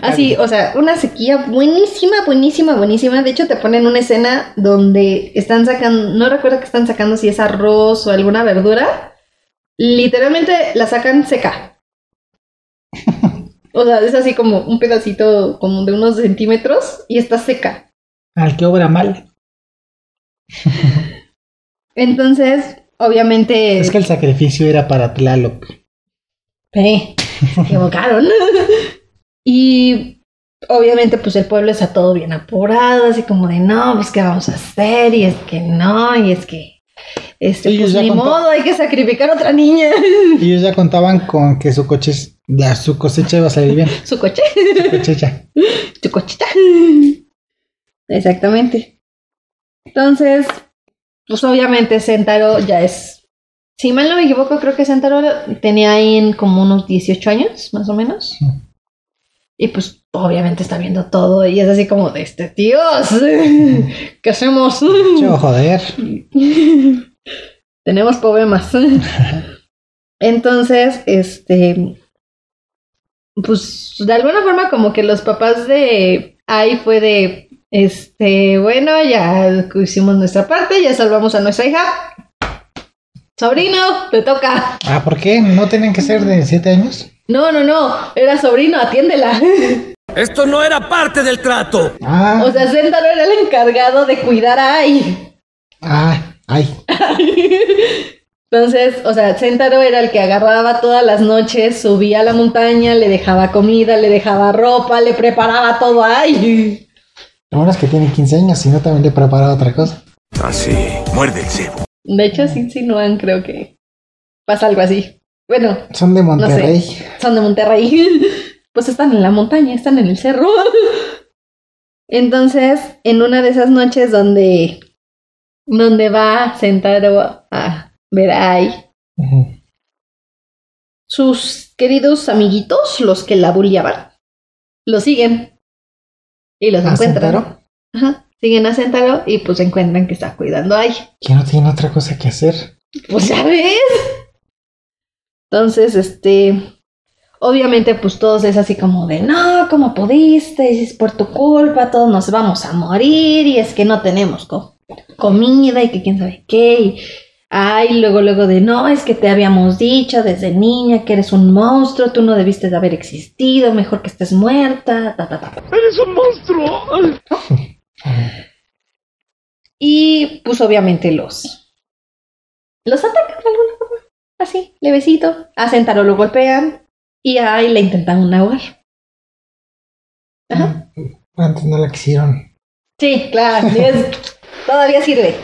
Así, Ah, o sea, una sequía buenísima, buenísima, buenísima. De hecho, te ponen una escena donde están sacando, no recuerdo que están sacando si es arroz o alguna verdura. Literalmente la sacan seca. O sea, es así como un pedacito como de unos centímetros y está seca. Al que obra mal. Entonces, obviamente... Es que el sacrificio era para Tlaloc. Eh, se equivocaron. y obviamente, pues el pueblo está todo bien apurado, así como de no, pues qué vamos a hacer, y es que no, y es que este, Ellos pues ya ni contó- modo, hay que sacrificar a otra niña. Ellos ya contaban con que su coche, la, su cosecha iba a salir bien. Su coche, Su cosecha. su cochita. Exactamente. Entonces, pues obviamente Sentaro ya es. Si mal no me equivoco, creo que Sentaro tenía ahí en como unos 18 años, más o menos. Mm. Y pues obviamente está viendo todo y es así como de este Dios, ¿qué hacemos? Che, joder. Tenemos problemas. Entonces, este, pues de alguna forma como que los papás de ahí fue de, este, bueno, ya hicimos nuestra parte, ya salvamos a nuestra hija. Sobrino, te toca. Ah, ¿por qué? ¿No tienen que ser de 7 años? No, no, no, era sobrino, atiéndela. Esto no era parte del trato. Ah, O sea, Sentaro era el encargado de cuidar a Ai. ah, ay. Entonces, o sea, Sentaro era el que agarraba todas las noches, subía a la montaña, le dejaba comida, le dejaba ropa, le preparaba todo a Ai. Lo bueno es que tiene 15 años, si no también le preparaba otra cosa. Así, muerde el cebo. De hecho, sí insinúan, creo que pasa algo así. Bueno, Son de no Monterrey. sé, son de Monterrey. Pues están en la montaña, están en el cerro. Entonces, en una de esas noches donde, donde va Sentaro a ver a Ai, Ujú. sus queridos amiguitos, los que la bulliaban, lo siguen y los ¿A encuentran. Sentaro? Ajá. Siguen a Sentaro y pues encuentran que está cuidando ahí. Que no tiene otra cosa que hacer. Pues ya ves. Entonces, este. Obviamente, pues todos es así como de no, ¿cómo pudiste? Es por tu culpa, todos nos vamos a morir y es que no tenemos co- comida y que quién sabe qué. Y, ay, luego, luego de no, es que te habíamos dicho desde niña que eres un monstruo, tú no debiste de haber existido, mejor que estés muerta, ta, ta, ta. Ah, Y pues obviamente los... Los atacan de alguna forma. Así, levecito. A Sentaro lo golpean y a Ai le intentan ahogar. Ajá. Antes no la quisieron. Sí, claro. es- todavía sirve.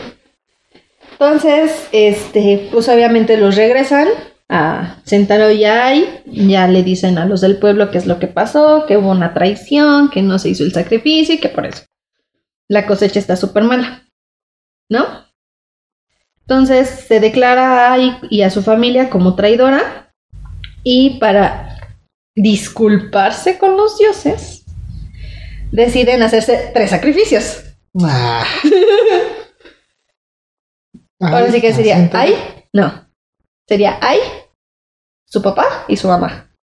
Entonces, este, pues obviamente los regresan a Sentaro y a Ai. Ya le dicen a los del pueblo qué es lo que pasó, que hubo una traición, que no se hizo el sacrificio y que por eso la cosecha está súper mala. ¿No? Entonces se declara a Ai y a su familia como traidora y para disculparse con los dioses deciden hacerse tres sacrificios. Ah. Ahora Ay, sí que la sería siento. Ai, no. Sería Ai, su papá y su mamá.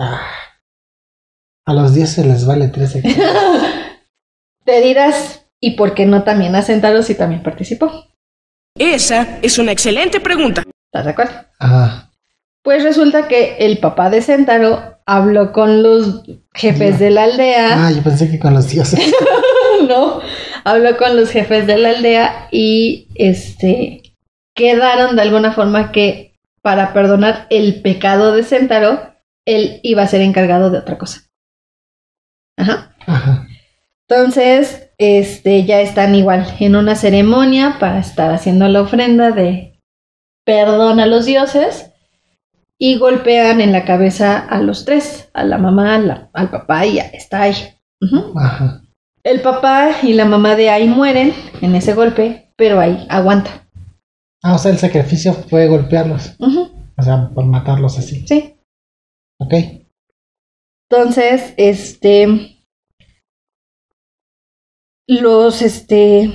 Ah. A los dioses les vale tres hectáreas. Te dirás, ¿y por qué no también a Sentaro si también participó? Esa es una excelente pregunta. ¿Estás de acuerdo? Ah, Pues resulta que el papá de Sentaro habló con los jefes de la aldea. Ah, yo pensé que con los dioses. Ah. no, habló con los jefes de la aldea y este quedaron de alguna forma que para perdonar el pecado de Sentaro, él iba a ser encargado de otra cosa. Ajá. Ajá. Entonces, este, ya están igual en una ceremonia para estar haciendo la ofrenda de perdón a los dioses y golpean en la cabeza a los tres, a la mamá, a la- al papá y a está ahí. Ajá. El papá y la mamá de Ai mueren en ese golpe, pero Ai aguanta. Ah, o sea, el sacrificio fue golpearlos. Ujú, O sea, por matarlos así. Sí. Ok. Entonces, este. Los, este.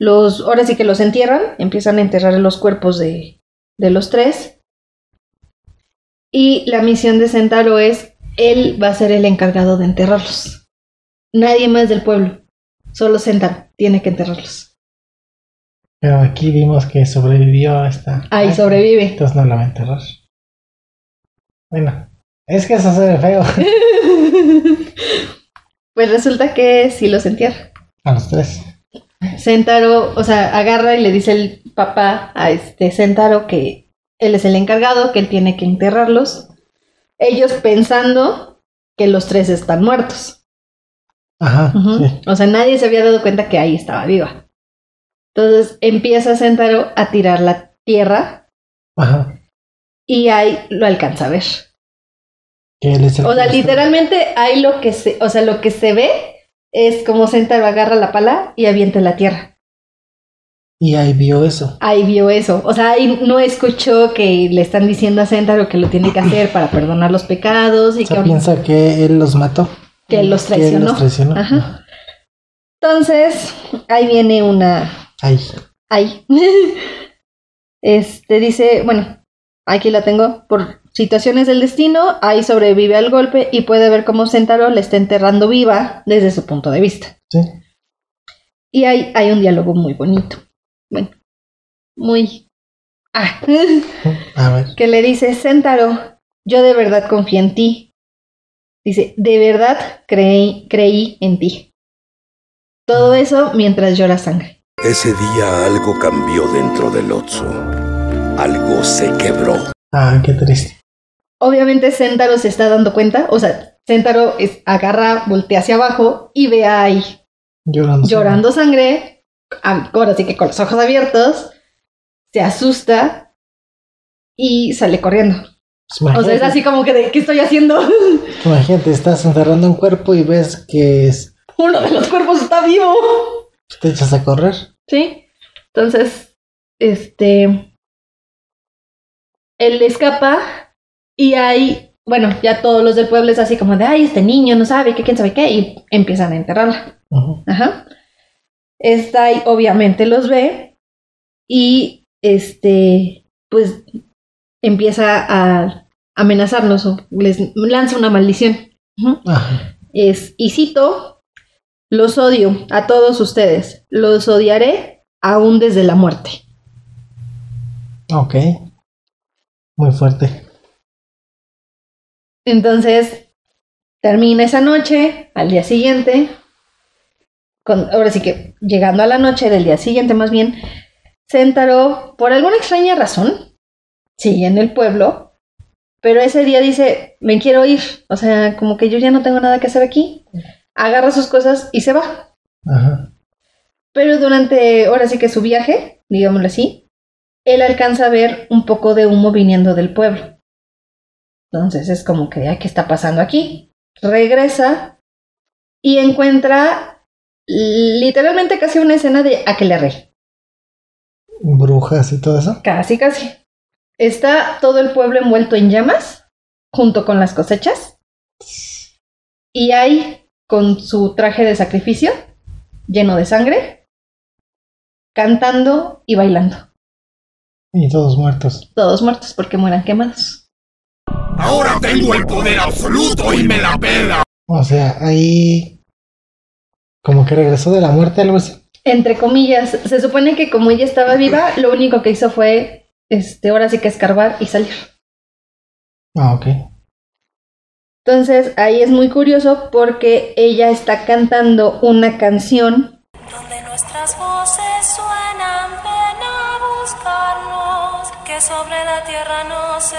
Los. Ahora sí que los entierran. Empiezan a enterrar los cuerpos de, de los tres. Y la misión de Sentaro es: él va a ser el encargado de enterrarlos. Nadie más del pueblo. Solo Sentaro tiene que enterrarlos. Pero aquí vimos que sobrevivió hasta. Ai sobrevive. Entonces no la va a enterrar. Bueno, es que eso se ve feo. Pues resulta que sí los entierra. A los tres. Sentaro, o sea, agarra y le dice el papá a este Sentaro que él es el encargado, que él tiene que enterrarlos. Ellos pensando que los tres están muertos. Ajá. Ujú. sí. O sea, nadie se había dado cuenta que ahí estaba viva. Entonces empieza Sentaro a tirar la tierra Ajá. y ahí lo alcanza a ver. Que él es el O sea, que- literalmente hay lo que se, o sea, lo que se ve es como Sentaro agarra la pala y avienta en la tierra. Y ahí vio eso. Ahí vio eso. O sea, ahí no escuchó que le están diciendo a Sentaro que lo tiene que hacer para perdonar los pecados y O sea, que, piensa que él los mató. que los Que él traicionó. los traicionó. Ajá. Entonces, ahí viene una. Ahí. Ahí. este dice, bueno, aquí la tengo. Por situaciones del destino, ahí sobrevive al golpe y puede ver cómo Sentaro le está enterrando viva desde su punto de vista. Sí. Y hay, hay un diálogo muy bonito. Bueno, muy. Ah. A ver. que le dice, Sentaro, yo de verdad confío en ti. Dice, de verdad creí, creí en ti. Todo eso mientras llora sangre. Ese día algo cambió dentro del Otso. Algo se quebró. Ah, qué triste. Obviamente Sentaro se está dando cuenta, o sea, Sentaro es- agarra, voltea hacia abajo y ve a Ai Llorando. llorando sangre, a- ahora sí que con los ojos abiertos, se asusta y sale corriendo. Pues O sea, imagínate, es así como que de, ¿qué estoy haciendo? imagínate, estás enterrando un cuerpo y ves que es- Uno de los cuerpos está vivo. te echas a correr. ¿Sí? Entonces, este. Él escapa y ahí, bueno, ya todos los del pueblo es así como de, ay, este niño no sabe qué, quién sabe qué, y empiezan a enterrarla. Ujú. Ajá. Esta ahí, obviamente los ve y este, pues empieza a amenazarnos o les lanza una maldición. Ujú Ajá. es, y cito, los odio a todos ustedes, los odiaré aún desde la muerte. Ok. Muy fuerte. Entonces, termina esa noche, al día siguiente, con- ahora sí que llegando a la noche del día siguiente más bien, Sentaro, por alguna extraña razón, sigue en el pueblo, pero ese día dice, me quiero ir, o sea, como que yo ya no tengo nada que hacer aquí, agarra sus cosas y se va. Ajá. Pero durante, ahora sí que su viaje, digámoslo así, él alcanza a ver un poco de humo viniendo del pueblo. Entonces es como que, ay, ¿qué está pasando aquí? Regresa y encuentra literalmente casi una escena de Aquelarre. Brujas y todo eso. Casi, casi. Está todo el pueblo envuelto en llamas, junto con las cosechas. Y ahí, con su traje de sacrificio, lleno de sangre, cantando y bailando. Y todos muertos. todos muertos porque mueran quemados. Ahora tengo el poder absoluto y me la pela. O sea, ahí. Como que regresó de la muerte algo así. Entre comillas, se supone que como ella estaba viva, lo único que hizo fue, este, ahora sí que escarbar y salir. Ah, ok. Entonces ahí es muy curioso porque ella está cantando una canción donde nuestras voces suenan, ven a buscarnos, que sobre la tierra no se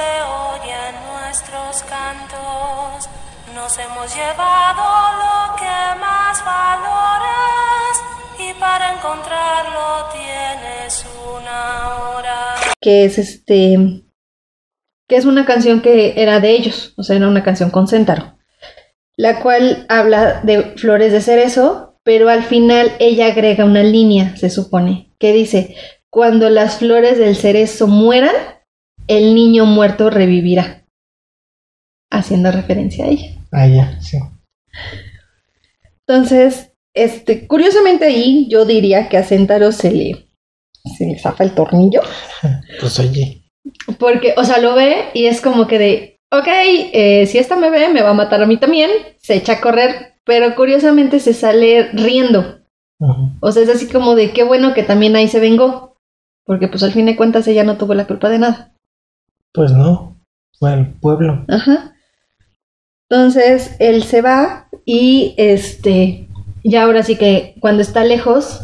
oyen nuestros cantos. Nos hemos llevado lo que más valoras y para encontrarlo tienes una hora. que es este, que es una canción que era de ellos, o sea, era una canción con Céntaro, la cual habla de flores de cerezo, pero al final ella agrega una línea, se supone, que dice, cuando las flores del cerezo mueran, el niño muerto revivirá, haciendo referencia a ella. Ah, ya, sí. Entonces, este, curiosamente ahí yo diría que a Céntaro se le, se le zafa el tornillo. Pues oye. Porque, o sea, lo ve y es como que de, ok, eh, si esta me ve, me va a matar a mí también. Se echa a correr, pero curiosamente se sale riendo. Ajá. O sea, es así como de, qué bueno que también ahí se vengó. Porque pues al fin de cuentas ella no tuvo la culpa de nada. Pues no. Fue el pueblo. Ajá. Entonces, él se va y este, ya ahora sí que cuando está lejos,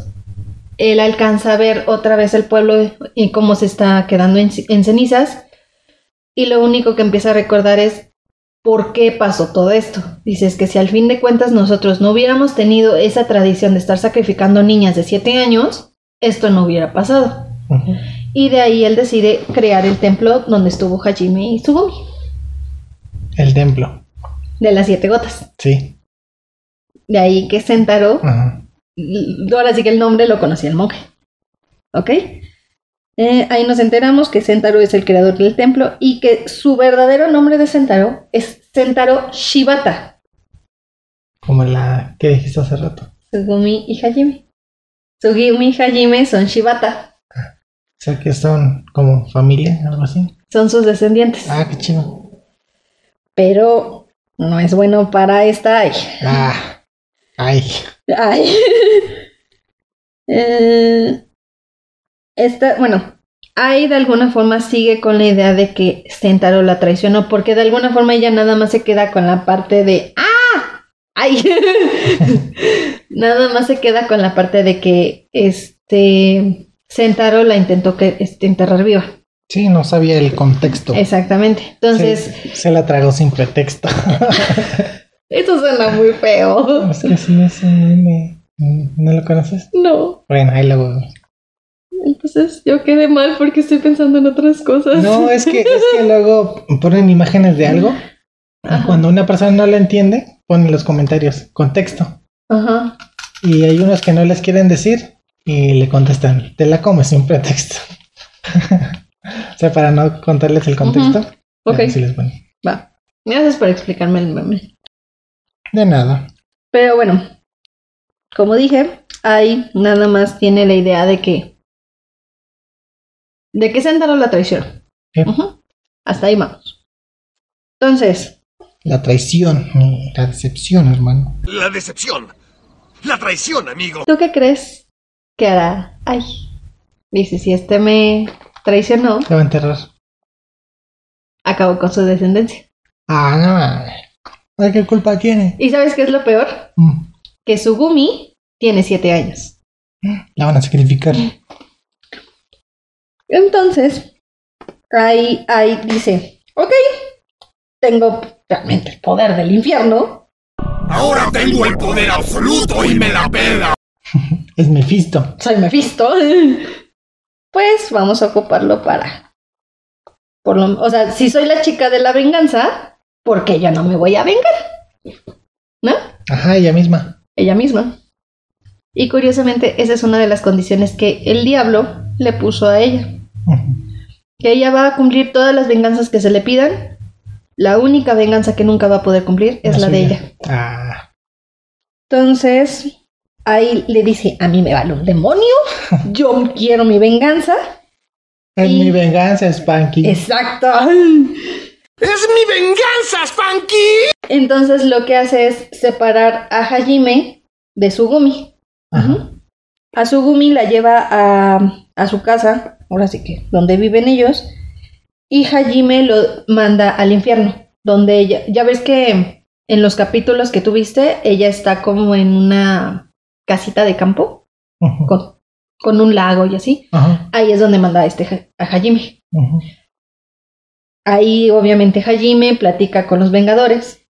él alcanza a ver otra vez el pueblo y cómo se está quedando en, ci- en cenizas. Y lo único que empieza a recordar es por qué pasó todo esto. Dice, es que si al fin de cuentas nosotros no hubiéramos tenido esa tradición de estar sacrificando niñas de 7 años, esto no hubiera pasado. Ajá. Y de ahí él decide crear el templo donde estuvo Hajime y Tsugumi, El templo. de las siete gotas. Sí. De ahí que Sentaro, Ajá. l- ahora sí que el nombre lo conocía el monje. ¿Ok? Eh, ahí nos enteramos que Sentaro es el creador del templo y que su verdadero nombre de Sentaro es Sentaro Shibata, Como la que dijiste hace rato. Sugumi y Hajime. Sugumi y Hajime son Shibata, O sea que son como familia, algo así. son sus descendientes. Ah, qué chido. Pero no es bueno para esta. Ay. Ah. Ay. Ay. Eh, esta, bueno, Ahí de alguna forma sigue con la idea de que Sentaro la traicionó, porque de alguna forma ella nada más se queda con la parte de ¡Ah! ¡Ay! nada más se queda con la parte de que este Sentaro la intentó que, este, enterrar viva. Sí, no sabía el contexto. Exactamente. Entonces, Se, se la tragó sin pretexto. eso suena muy feo. es que sí, es un meme. ¿No lo conoces? No. Bueno, ahí luego. Entonces yo quedé mal porque estoy pensando en otras cosas. No, es que, es que luego ponen imágenes de algo. y Cuando una persona no la entiende, ponen los comentarios, contexto. Ajá. Y hay unos que no les quieren decir y le contestan, te la comes sin pretexto. o sea, para no contarles el contexto. Ok. así les ponen. Va. Gracias por explicarme el meme. De nada. Pero bueno, como dije, ahí nada más tiene la idea de que. de que Sentaro la traicionó. Sí. Ujú. Hasta ahí vamos. Entonces, La traición, mm, la decepción, hermano. La decepción. La traición, amigo. ¿tú qué crees que hará? Ay, dice: si este me traicionó, Te va a enterrar. acabó con su descendencia. Ah, no. mames. Ay, ¿Qué culpa tiene? ¿Y sabes qué es lo peor? Mm, Que Sugumi tiene siete años. La van a sacrificar. Entonces, ahí, ahí dice, ok, tengo realmente el poder del infierno. Ahora tengo el poder absoluto y me la pela. Es Mefisto. Soy Mephisto. Pues vamos a ocuparlo para... Por lo, o sea, si soy la chica de la venganza, ¿por qué yo no me voy a vengar? ¿No? Ajá, ella misma. Ella misma. Y curiosamente, esa es una de las condiciones que el diablo le puso a ella. Ujú. que ella va a cumplir todas las venganzas que se le pidan. La única venganza que nunca va a poder cumplir es la, de suya. ella. Ah, Entonces, ahí le dice, a mí me vale un demonio, yo quiero mi venganza. es Y- mi venganza, Spanky. Exacto. ¡Es mi venganza, Spanky! Entonces lo que hace es separar a Hajime de Sugumi. Ajá. A Sugumi la lleva a, a su casa, ahora sí que, donde viven ellos, y Hajime lo manda al infierno, donde ella, ya ves que en los capítulos que tuviste, ella está como en una casita de campo, Ujú. con, con un lago y así, Ajá. ahí es donde manda a, este, Ja- a Hajime. Ujú. Ahí obviamente Hajime platica con los Vengadores,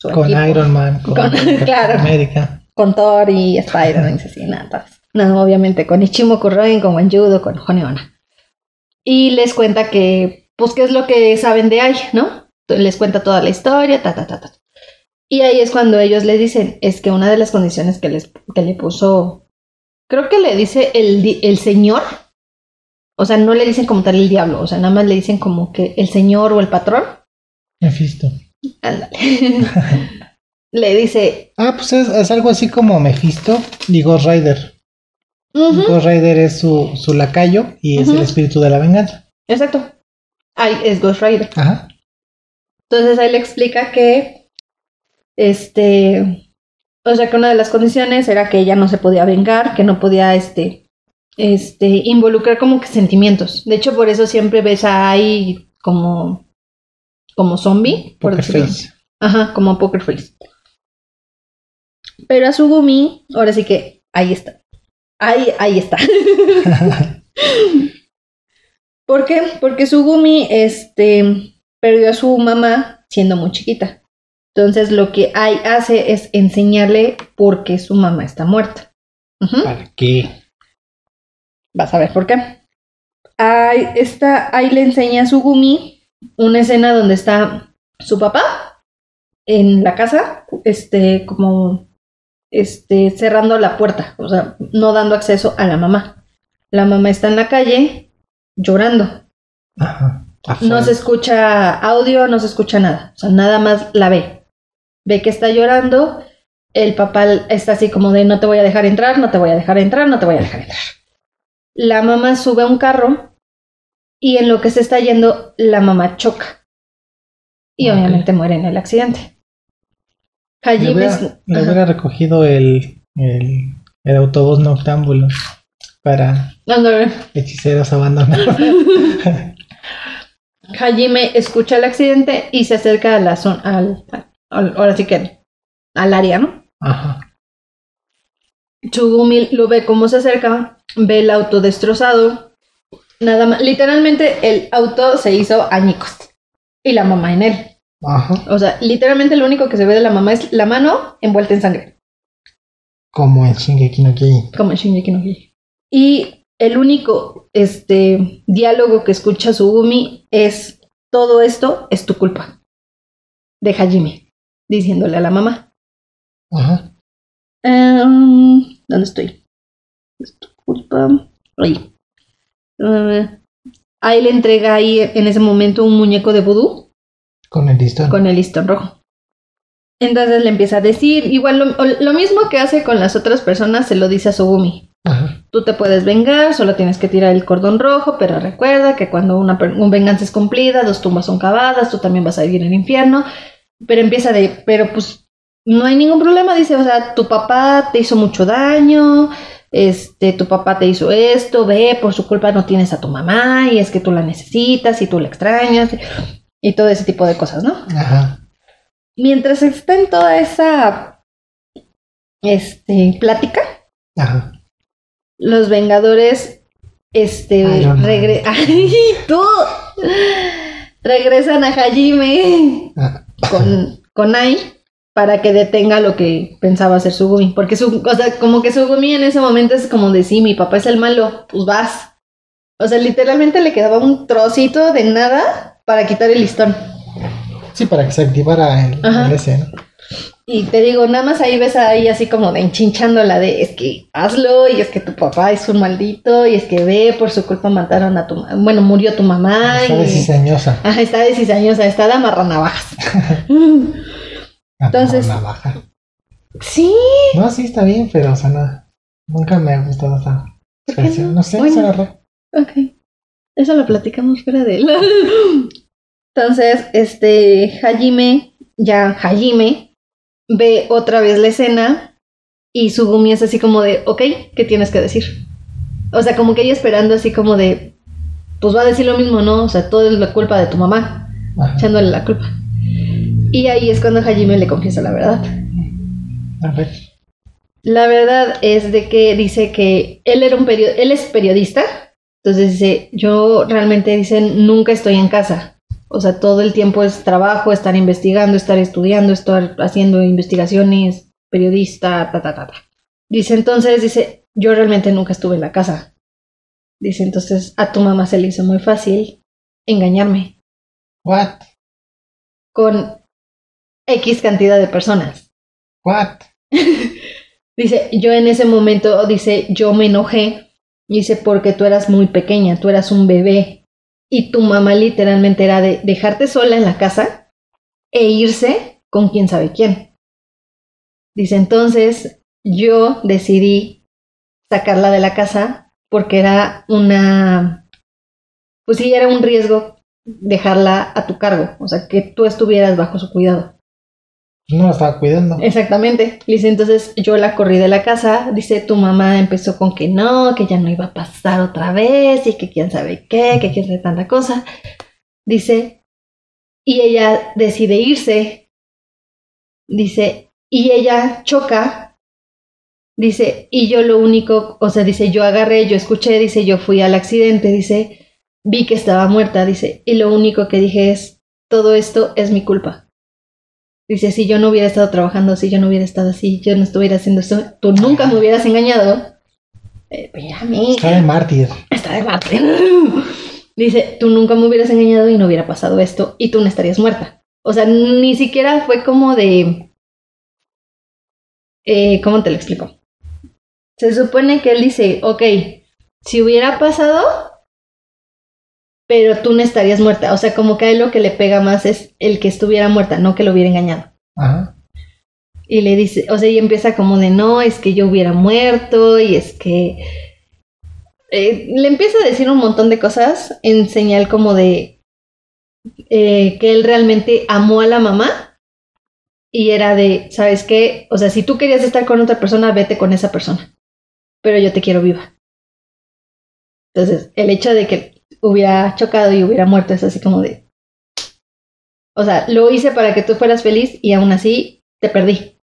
su Con equipo, Iron Man, con, Con- Capitán claro. América. con Thor y Spider-Man, y así, nada, todas. No, obviamente, con Ichimo Kuroin, con Wanjudo, con Honeona. Y les cuenta que, pues, qué es lo que saben de Ai, ¿no? Les cuenta toda la historia, ta, ta, ta, ta. Y ahí es cuando ellos les dicen, es que una de las condiciones que, les, que le puso, creo que le dice el, di- el señor, o sea, no le dicen como tal el diablo, o sea, nada más le dicen como que el señor o el patrón, Mefisto. ándale. le dice, Ah, pues es, es algo así como Mefisto y Ghost Rider. "Ujú, Ghost Rider es su, su lacayo y es Ujú. el espíritu de la venganza. Exacto. Ahí es Ghost Rider. Ajá. Entonces ahí le explica que, este, o sea que una de las condiciones era que ella no se podía vengar, que no podía, este, este, involucrar como que sentimientos. De hecho, por eso siempre ves a ahí como, como zombie, por Poker decirlo Face. Ajá, como Poker Face. Pero a Sugumi, ahora sí que ahí está. Ahí, ahí está. ¿Por qué? Porque Sugumi este, perdió a su mamá siendo muy chiquita. Entonces lo que Ai hace es enseñarle por qué su mamá está muerta. Ujú. ¿Para qué? Vas a ver por qué. Ahí, está, ahí le enseña a Sugumi una escena donde está su papá en la casa, este, como este, cerrando la puerta, o sea, no dando acceso a la mamá. La mamá está en la calle llorando. Ajá. No se escucha audio, no se escucha nada. O sea, nada más la ve. Ve que está llorando. El papá está así como de no te voy a dejar entrar, no te voy a dejar entrar, no te voy a dejar entrar. La mamá sube a un carro y en lo que se está yendo, la mamá choca. Y Ok. obviamente muere en el accidente. Le Hajime hubiera, es- le Ajá. hubiera recogido el, el, el autobús noctámbulo. para Ándale. hechiceros abandonados. Hajime escucha el accidente y se acerca a la zona, al, al- ahora sí que al área, ¿no? Ajá. Tsugumi lo ve cómo se acerca, ve el auto destrozado. Nada más, literalmente el auto se hizo añicos y la mamá en él. Ajá. O sea, literalmente lo único que se ve de la mamá es la mano envuelta en sangre, Como en Shingeki no Kyojin. como en Shingeki no Kyojin. Y el único este, diálogo que escucha Tsugumi es: Todo esto es tu culpa. De Hajime, diciéndole a la mamá. Ajá. Em, ¿Dónde estoy? Es tu culpa. Ahí. Eh, ahí le entrega ahí en ese momento un muñeco de vudú Con el listón. con el listón rojo. Entonces le empieza a decir, igual lo, lo mismo que hace con las otras personas, se lo dice a Sugumi. Ajá. Tú te puedes vengar, solo tienes que tirar el cordón rojo, pero recuerda que cuando una per- un venganza es cumplida, dos tumbas son cavadas, tú también vas a vivir en el infierno. Pero empieza de, pero pues no hay ningún problema, dice, o sea, tu papá te hizo mucho daño, este, tu papá te hizo esto, ve, por su culpa no tienes a tu mamá y es que tú la necesitas y tú la extrañas y todo ese tipo de cosas, ¿no? Ajá. Mientras está en toda esa este, plática, Ajá. los Vengadores este Iron Man. regre- Ay, tú! regresan a Hajime Ah. con, con Ai para que detenga lo que pensaba hacer Sugumi. Porque su, o sea, como que Sugumi en ese momento es como de sí, mi papá es el malo, pues vas. O sea, literalmente le quedaba un trocito de nada para quitar el listón. Sí, para que se activara el, Ajá. el ese, ¿no? Y te digo, nada más ahí ves ahí así como de enchinchándola de es que hazlo y es que tu papá es un maldito y es que ve, por su culpa mataron a tu ma- bueno, murió tu mamá Está y diseñosa. Ajá, está de cizañosa, está de amarranavajas. Ah, Entonces- Navaja. sí, No, sí, está bien, pero o sea, no- nunca me ha gustado esa ¿Por qué expresión. no? No sé, Bueno. suena raro. ok. Eso lo platicamos fuera de él. Entonces, este, Hajime, ya Hajime, ve otra vez la escena y Sugumi es así como de, ok, ¿qué tienes que decir? O sea, como que ella esperando así como de, pues va a decir lo mismo, ¿no? O sea, todo es la culpa de tu mamá, Ajá. echándole la culpa. Y ahí es cuando Hajime le confiesa la verdad. A ver. La verdad es de que dice que él era un perio- él es periodista, entonces dice, yo realmente dice, nunca estoy en casa. O sea, todo el tiempo es trabajo, estar investigando, estar estudiando, estar haciendo investigaciones, periodista, ta ta ta ta. Dice entonces, dice, yo realmente nunca estuve en la casa. Dice entonces, a tu mamá se le hizo muy fácil engañarme What? con X cantidad de personas. What? Dice, yo en ese momento, dice, yo me enojé. Dice, porque tú eras muy pequeña, tú eras un bebé. Y tu mamá literalmente era de dejarte sola en la casa e irse con quién sabe quién. Dice, entonces yo decidí sacarla de la casa porque era una... Pues sí, era un riesgo dejarla a tu cargo, o sea, que tú estuvieras bajo su cuidado. Pues No la estaba cuidando. Eh. Exactamente. Le Dice, entonces yo la corrí de la casa. Dice, tu mamá empezó con que no, que ya no iba a pasar otra vez y que quién sabe qué, que quién sabe tanta cosa. Dice, y ella decide irse. Dice, y ella choca. Dice, y yo lo único, o sea, dice, yo agarré, yo escuché, dice, yo fui al accidente, dice, vi que estaba muerta, dice, y lo único que dije es, todo esto es mi culpa. Dice, si yo no hubiera estado trabajando, si yo no hubiera estado así, yo no estuviera haciendo esto, tú nunca me hubieras engañado. Eh, pues ya, mija. Estaba de mártir. Está de parte. Dice, tú nunca me hubieras engañado y no hubiera pasado esto y tú no estarías muerta. O sea, ni siquiera fue como de... Eh, ¿Cómo te lo explico? Se supone que él dice, ok, si hubiera pasado, pero tú no estarías muerta. O sea, como que a él lo que le pega más es el que estuviera muerta, no que lo hubiera engañado. Ajá. Y le dice, o sea, y empieza como de no, es que yo hubiera muerto y es que... eh, le empieza a decir un montón de cosas en señal como de eh, que él realmente amó a la mamá y era de, ¿sabes qué? O sea, si tú querías estar con otra persona, vete con esa persona, pero yo te quiero viva. Entonces, el hecho de que hubiera chocado y hubiera muerto es así como de... O sea, lo hice para que tú fueras feliz y aún así te perdí.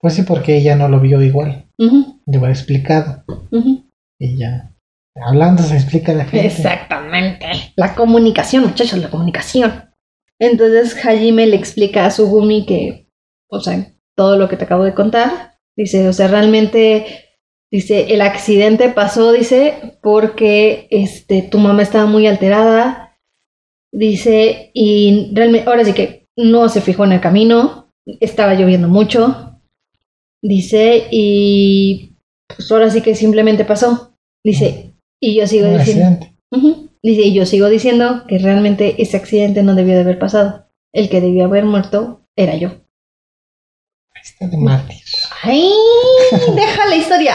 Pues sí, porque ella no lo vio igual. Ujú, Le va explicado. ujú. Y ya. Hablando se explica la gente. Exactamente. La comunicación, muchachos, la comunicación. Entonces Hajime le explica a Sugumi que, o sea, todo lo que te acabo de contar, dice, o sea, realmente, dice, el accidente pasó, dice, porque este, tu mamá estaba muy alterada, dice, y realmente, ahora sí que no se fijó en el camino, estaba lloviendo mucho, dice, y pues ahora sí que simplemente pasó, dice, y yo sigo Un diciendo... accidente. Ujú. Dice, y yo sigo diciendo que realmente ese accidente no debió de haber pasado. El que debió haber muerto era yo. Está de mártir. ¡Ay! Deja la historia.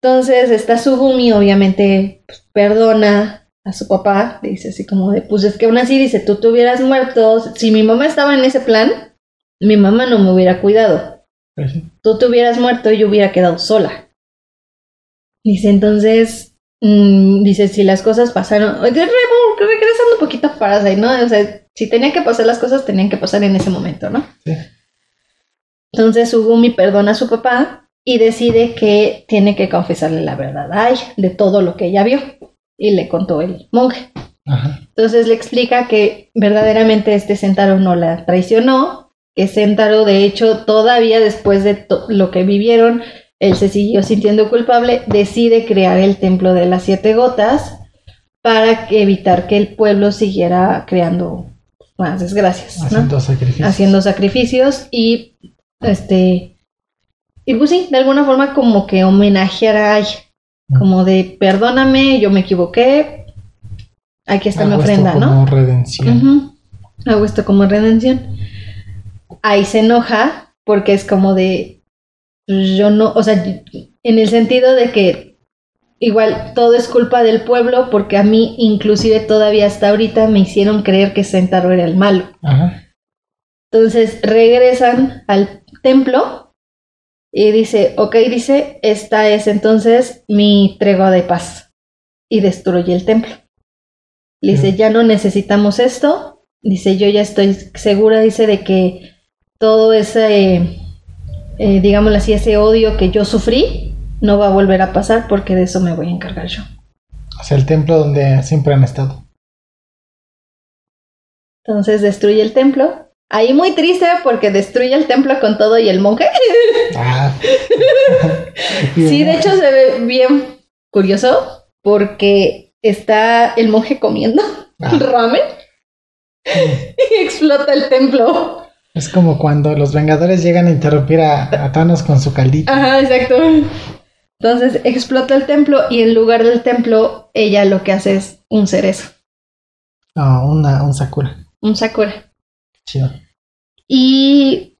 Entonces está Sugumi, obviamente, pues, perdona a su papá. Le dice así como de, pues es que aún así, dice, tú te hubieras muerto. Si mi mamá estaba en ese plan, mi mamá no me hubiera cuidado. Pues sí. tú te hubieras muerto y yo hubiera quedado sola. Dice, entonces, mm, dice, si las cosas pasaron, Oye, re- regresando un poquito a Parasite, ¿no? O sea, si tenían que pasar las cosas, tenían que pasar en ese momento, ¿no? Sí. Entonces, Sugumi perdona a su papá y decide que tiene que confesarle la verdad a ella de todo lo que ella vio. Y le contó el monje. Ajá. Entonces le explica que verdaderamente este Sentaro no la traicionó, que Sentaro de hecho todavía después de to- lo que vivieron, él se siguió sintiendo culpable, decide crear el templo de las siete gotas para que- evitar que el pueblo siguiera creando más desgracias, ¿no? Haciendo sacrificios. haciendo sacrificios y este y pues sí, de alguna forma como que homenajear a ella, Mm. como de perdóname, yo me equivoqué, aquí está mi Hago esto ofrenda, ¿no? Como redención. Ujú. Hago esto como redención. Ahí se enoja porque es como de "Pues yo no, o sea, en el sentido de que igual todo es culpa del pueblo porque a mí inclusive todavía hasta ahorita me hicieron creer que Sentaro era el malo. Ajá. Entonces regresan al templo y dice, ok, dice, esta es entonces mi tregua de paz. Y destruye el templo. Le dice, Ujú. ya no necesitamos esto. Dice, yo ya estoy segura, dice, de que todo ese, eh, digámoslo así, ese odio que yo sufrí no va a volver a pasar porque de eso me voy a encargar yo. O sea, el templo donde siempre han estado. Entonces destruye el templo. Ahí muy triste porque destruye el templo con todo y el monje Ah. Sí, de hecho se ve bien curioso porque está el monje comiendo Ah. ramen y explota el templo. Es como cuando los Vengadores llegan a interrumpir a, a Thanos con su caldito. Ajá, exacto. Entonces explota el templo y en lugar del templo ella lo que hace es un cerezo, No, Ah, una, un Sakura. un sakura. Chido. Y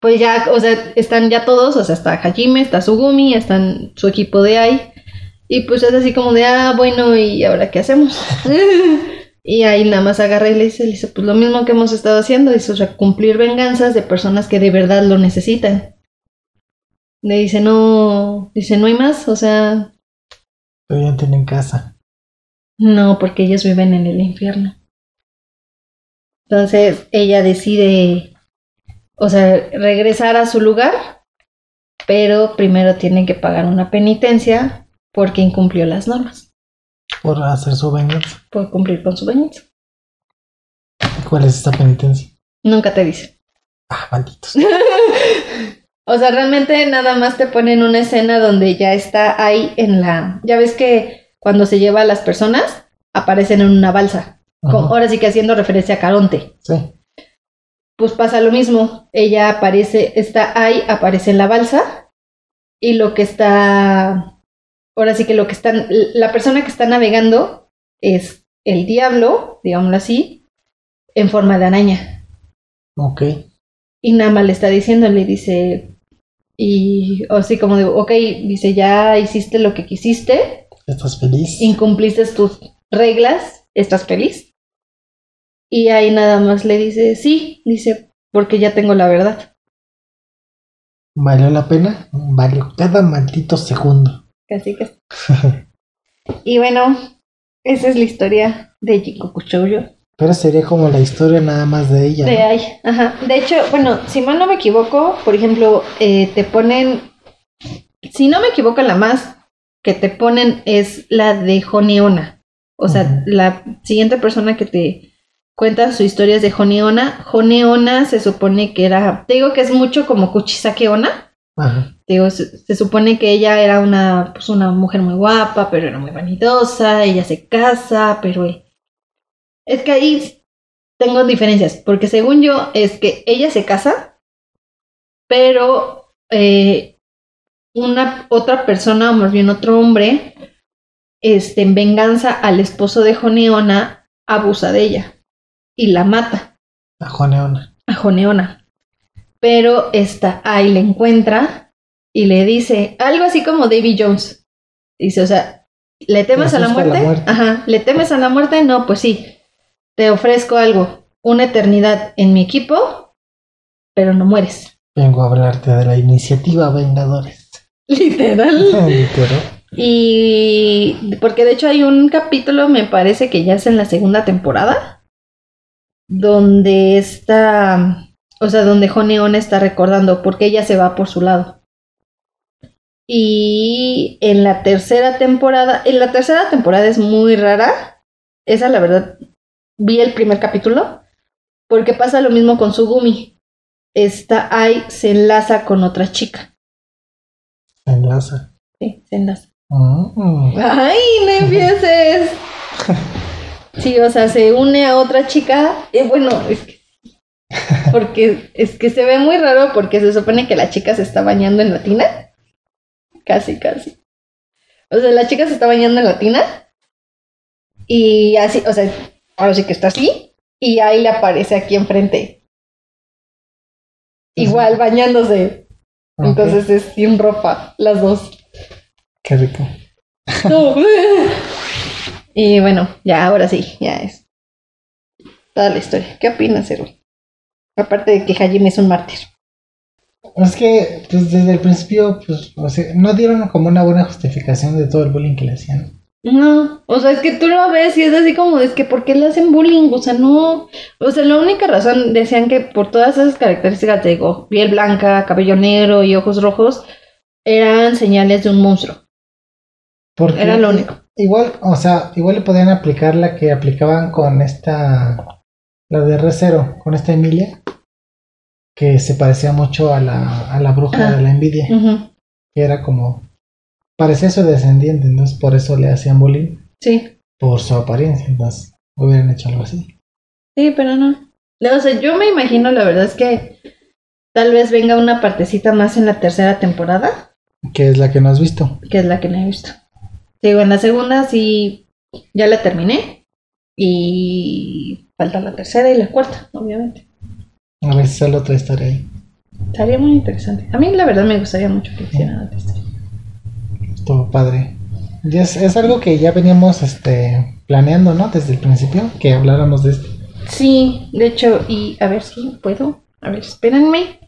pues ya, o sea, están ya todos, o sea, está Hajime, está Sugumi, están su equipo de AI. Y pues es así como de, ah, bueno, ¿y ahora qué hacemos? y ahí nada más agarra y le dice, le dice, pues lo mismo que hemos estado haciendo, dice, o sea, cumplir venganzas de personas que de verdad lo necesitan. Le dice, no, dice, no hay más, o sea, Pero ya tienen casa. no, porque ellos viven en el infierno. Entonces ella decide, o sea, regresar a su lugar, pero primero tienen que pagar una penitencia porque incumplió las normas, Por hacer su venganza. por cumplir con su venganza. ¿Cuál es esta penitencia? Nunca te dice. Ah, malditos. O sea, realmente nada más te ponen una escena donde ya está ahí en la... Ya ves que cuando se lleva a las personas, aparecen en una balsa. Con- Ajá. ahora sí que haciendo referencia a Caronte. Sí. pues pasa lo mismo. Ella aparece, está ahí, aparece en la balsa. Y lo que está. Ahora sí que lo que están. La persona que está navegando es el diablo, digámoslo así, en forma de araña. Ok. Y nada más le está diciendo, le dice. Y así como de, ok, dice, ya hiciste lo que quisiste, ¿Estás feliz? incumpliste tus reglas, estás feliz. Y ahí nada más le dice, sí, dice, porque ya tengo la verdad. ¿Valió la pena? Valió cada maldito segundo. Caciques. y bueno, esa es la historia de Jikoku Shoujo. Pero sería como la historia nada más de ella. De ¿no? ahí, ajá. De hecho, bueno, si mal no me equivoco, por ejemplo, eh, te ponen. Si no me equivoco, la más que te ponen es la de Joniona. O sea, Ujú. la siguiente persona que te cuenta su historia es de Joniona. Joniona se supone que era. Te digo que es mucho como Kuchisake Ona. Ajá. Te Digo, se, se supone que ella era una, pues una mujer muy guapa, pero era muy vanidosa, ella se casa, pero... él- Es que ahí tengo diferencias, porque según yo es que ella se casa, pero eh, una otra persona, o más bien otro hombre, este, en venganza al esposo de Joneona, abusa de ella y la mata A Juaneona. a Joneona. Pero esta ahí le encuentra y le dice algo así como Davy Jones. Dice, o sea, ¿le temes ¿Te a la asusta muerte? la muerte? Ajá, ¿le temes a la muerte? No, pues sí. Te ofrezco algo, una eternidad en mi equipo, pero no mueres. Vengo a hablarte de la iniciativa Vengadores. Literal. Literal. Y porque de hecho hay un capítulo, me parece que ya es en la segunda temporada, donde está, o sea, donde Joneon está recordando porque ella se va por su lado. Y en la tercera temporada, en la tercera temporada es muy rara, esa la verdad, vi el primer capítulo, porque pasa lo mismo con Sugumi. Esta Ai se enlaza con otra chica. Enlaza. Sí, se enlaza. Mm, mm. Ay, no empieces. Sí, o sea, se une a otra chica. eh, bueno, es que. Porque es que se ve muy raro porque se supone que la chica se está bañando en la tina. Casi, casi. O sea, la chica se está bañando en la tina. Y así, o sea, ahora sí que está así. Y ahí le aparece aquí enfrente. Igual bañándose. Ok, Entonces es sin ropa, las dos. Qué rico. No. eh. y bueno, ya ahora sí, ya es toda la historia. ¿Qué opinas, Erwin? Aparte de que Hajime es un mártir. Es que pues, desde el principio pues, o sea, no dieron como una buena justificación de todo el bullying que le hacían. No, o sea, es que tú lo ves y es así como, es que ¿por qué le hacen bullying? O sea, no, o sea, la única razón, decían que por todas esas características, te digo, piel blanca, cabello negro y ojos rojos, eran señales de un monstruo. Porque Era lo único. Igual, o sea, igual le podían aplicar la que aplicaban con esta, la de R0, con esta Emilia, que se parecía mucho a la, a la bruja Ah. de la envidia, Ujú, que era como, parecía su descendiente, entonces por eso le hacían bullying, Sí. por su apariencia, entonces hubieran hecho algo así. Sí, pero no. No, o sea, yo me imagino, la verdad es que tal vez venga una partecita más en la tercera temporada, Que es la que no has visto. que es la que no he visto. Digo, en la segunda sí ya la terminé y falta la tercera y la cuarta, obviamente. A ver si sale otra historia ahí. Estaría muy interesante. A mí la verdad me gustaría mucho que hicieran otra historia. Todo padre. Y es, es algo que ya veníamos este, planeando, ¿no? Desde el principio, que habláramos de este esto. Sí, de hecho, y a ver si puedo. A ver, espérenme.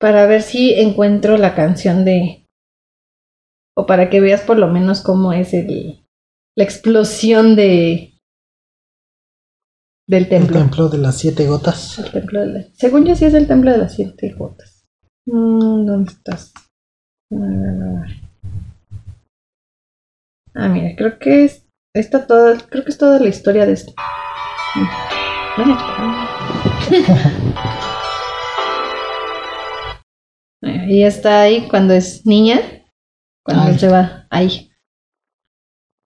Para ver si encuentro la canción de. O para que veas por lo menos cómo es el, la explosión de. del El templo. templo de las siete gotas. El templo de la- Según yo, sí es el templo de las siete gotas. Mm, ¿Dónde estás? A ver, a ver. Ah, mira, creo que es. Esta toda, creo que es toda la historia de esto. Mm. Ven acá. Ahí está ahí cuando es niña. Cuando Ay. se va ahí.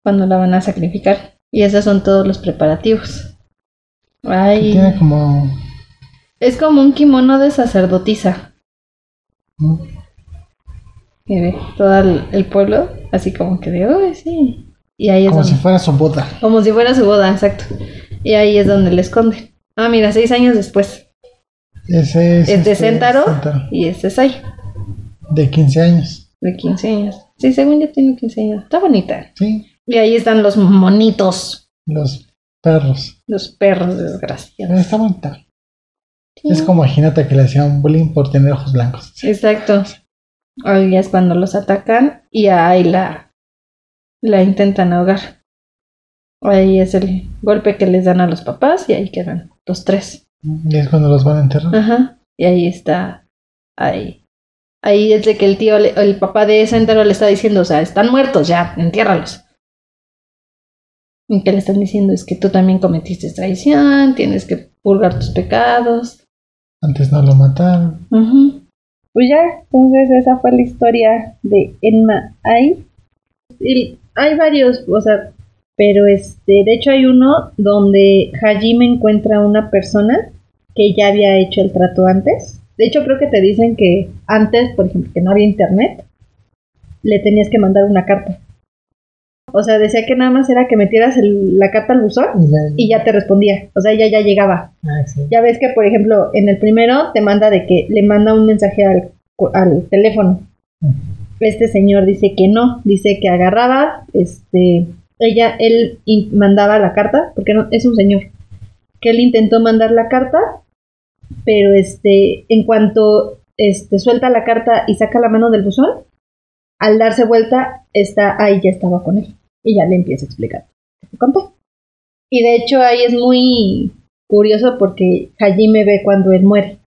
Cuando la van a sacrificar. Y esos son todos los preparativos. que Ay. Tiene como Es como un kimono de sacerdotisa. ¿no? Y ve todo el, el pueblo, así como que de, uy, sí. Y ahí es como donde. si fuera su boda. Como si fuera su boda, exacto. Y ahí es donde le esconde. Ah, mira, seis años después. Ese es Es de este, Séntaro y este es ahí, De 15 años. de 15 años. Sí, según yo tiene 15 años. Está bonita. Sí, Y ahí están los monitos, los perros. los perros desgraciados. Está bonita. Es como imagínate que le hacían bullying por tener ojos blancos. Exacto. Ahí es cuando los atacan y ahí la, la intentan ahogar. Ahí es el golpe que les dan a los papás y ahí quedan los tres. Y es cuando los van a enterrar. Ajá. Y ahí está. Ahí. Ahí es de que el tío, le- el papá de ese entero le está diciendo, o sea, están muertos ya, entiérralos. Y que le están diciendo es que tú también cometiste traición, tienes que purgar tus pecados. Antes no lo mataron. Ujú. Pues ya, entonces esa fue la historia de Enma Ai. Y hay varios, o sea, pero este, de hecho hay uno donde Hajime encuentra a una persona que ya había hecho el trato antes. De hecho, creo que te dicen que antes, por ejemplo, que no había internet, le tenías que mandar una carta. O sea, decía que nada más era que metieras el- la carta al buzón Y ya. y ya te respondía. O sea, ella ya llegaba. Ah, sí. Ya ves que, por ejemplo, en el primero te manda de que le manda un mensaje al, cu- al teléfono. Ujú. Este señor dice que no, dice que agarraba, este, ella, él in- mandaba la carta, porque no, es un señor, que él intentó mandar la carta, pero este, en cuanto este, suelta la carta y saca la mano del buzón, al darse vuelta, está, ahí ya estaba con él. Y ya le empieza a explicar. lo que te conté. Y de hecho ahí es muy, curioso porque Hajime ve cuando él muere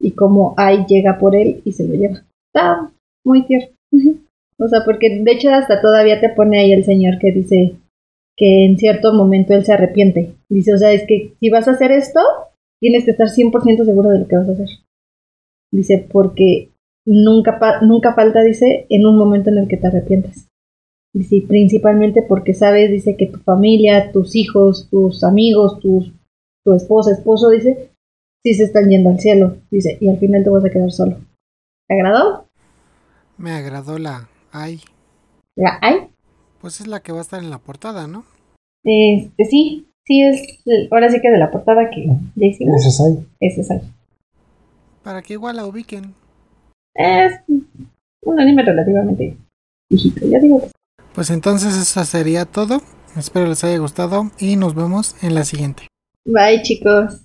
y como Ai llega por él y se lo lleva. Está muy tierno. O sea, porque de hecho hasta todavía te pone ahí el señor que dice que en cierto momento él se arrepiente. Dice, o sea, es que si vas a hacer esto, tienes que estar 100% seguro de lo que vas a hacer. Dice, porque nunca, pa- nunca falta, dice, en un momento en el que te arrepientes. Dice, y principalmente porque sabes, dice, que tu familia, tus hijos, tus amigos, tus tu esposa, esposo, dice, sí se están yendo al cielo, dice, y al final te vas a quedar solo. ¿Te agradó? Me agradó la... Ay, ¿La hay? pues es la que va a estar en la portada, ¿no? Este, sí, sí es, ahora sí que de la portada que ya hicimos, Ese es ahí. ese es ahí. Para que igual la ubiquen. Es un anime relativamente viejito, ya digo que sí. Pues entonces eso sería todo. Espero les haya gustado y nos vemos en la siguiente. Bye, chicos.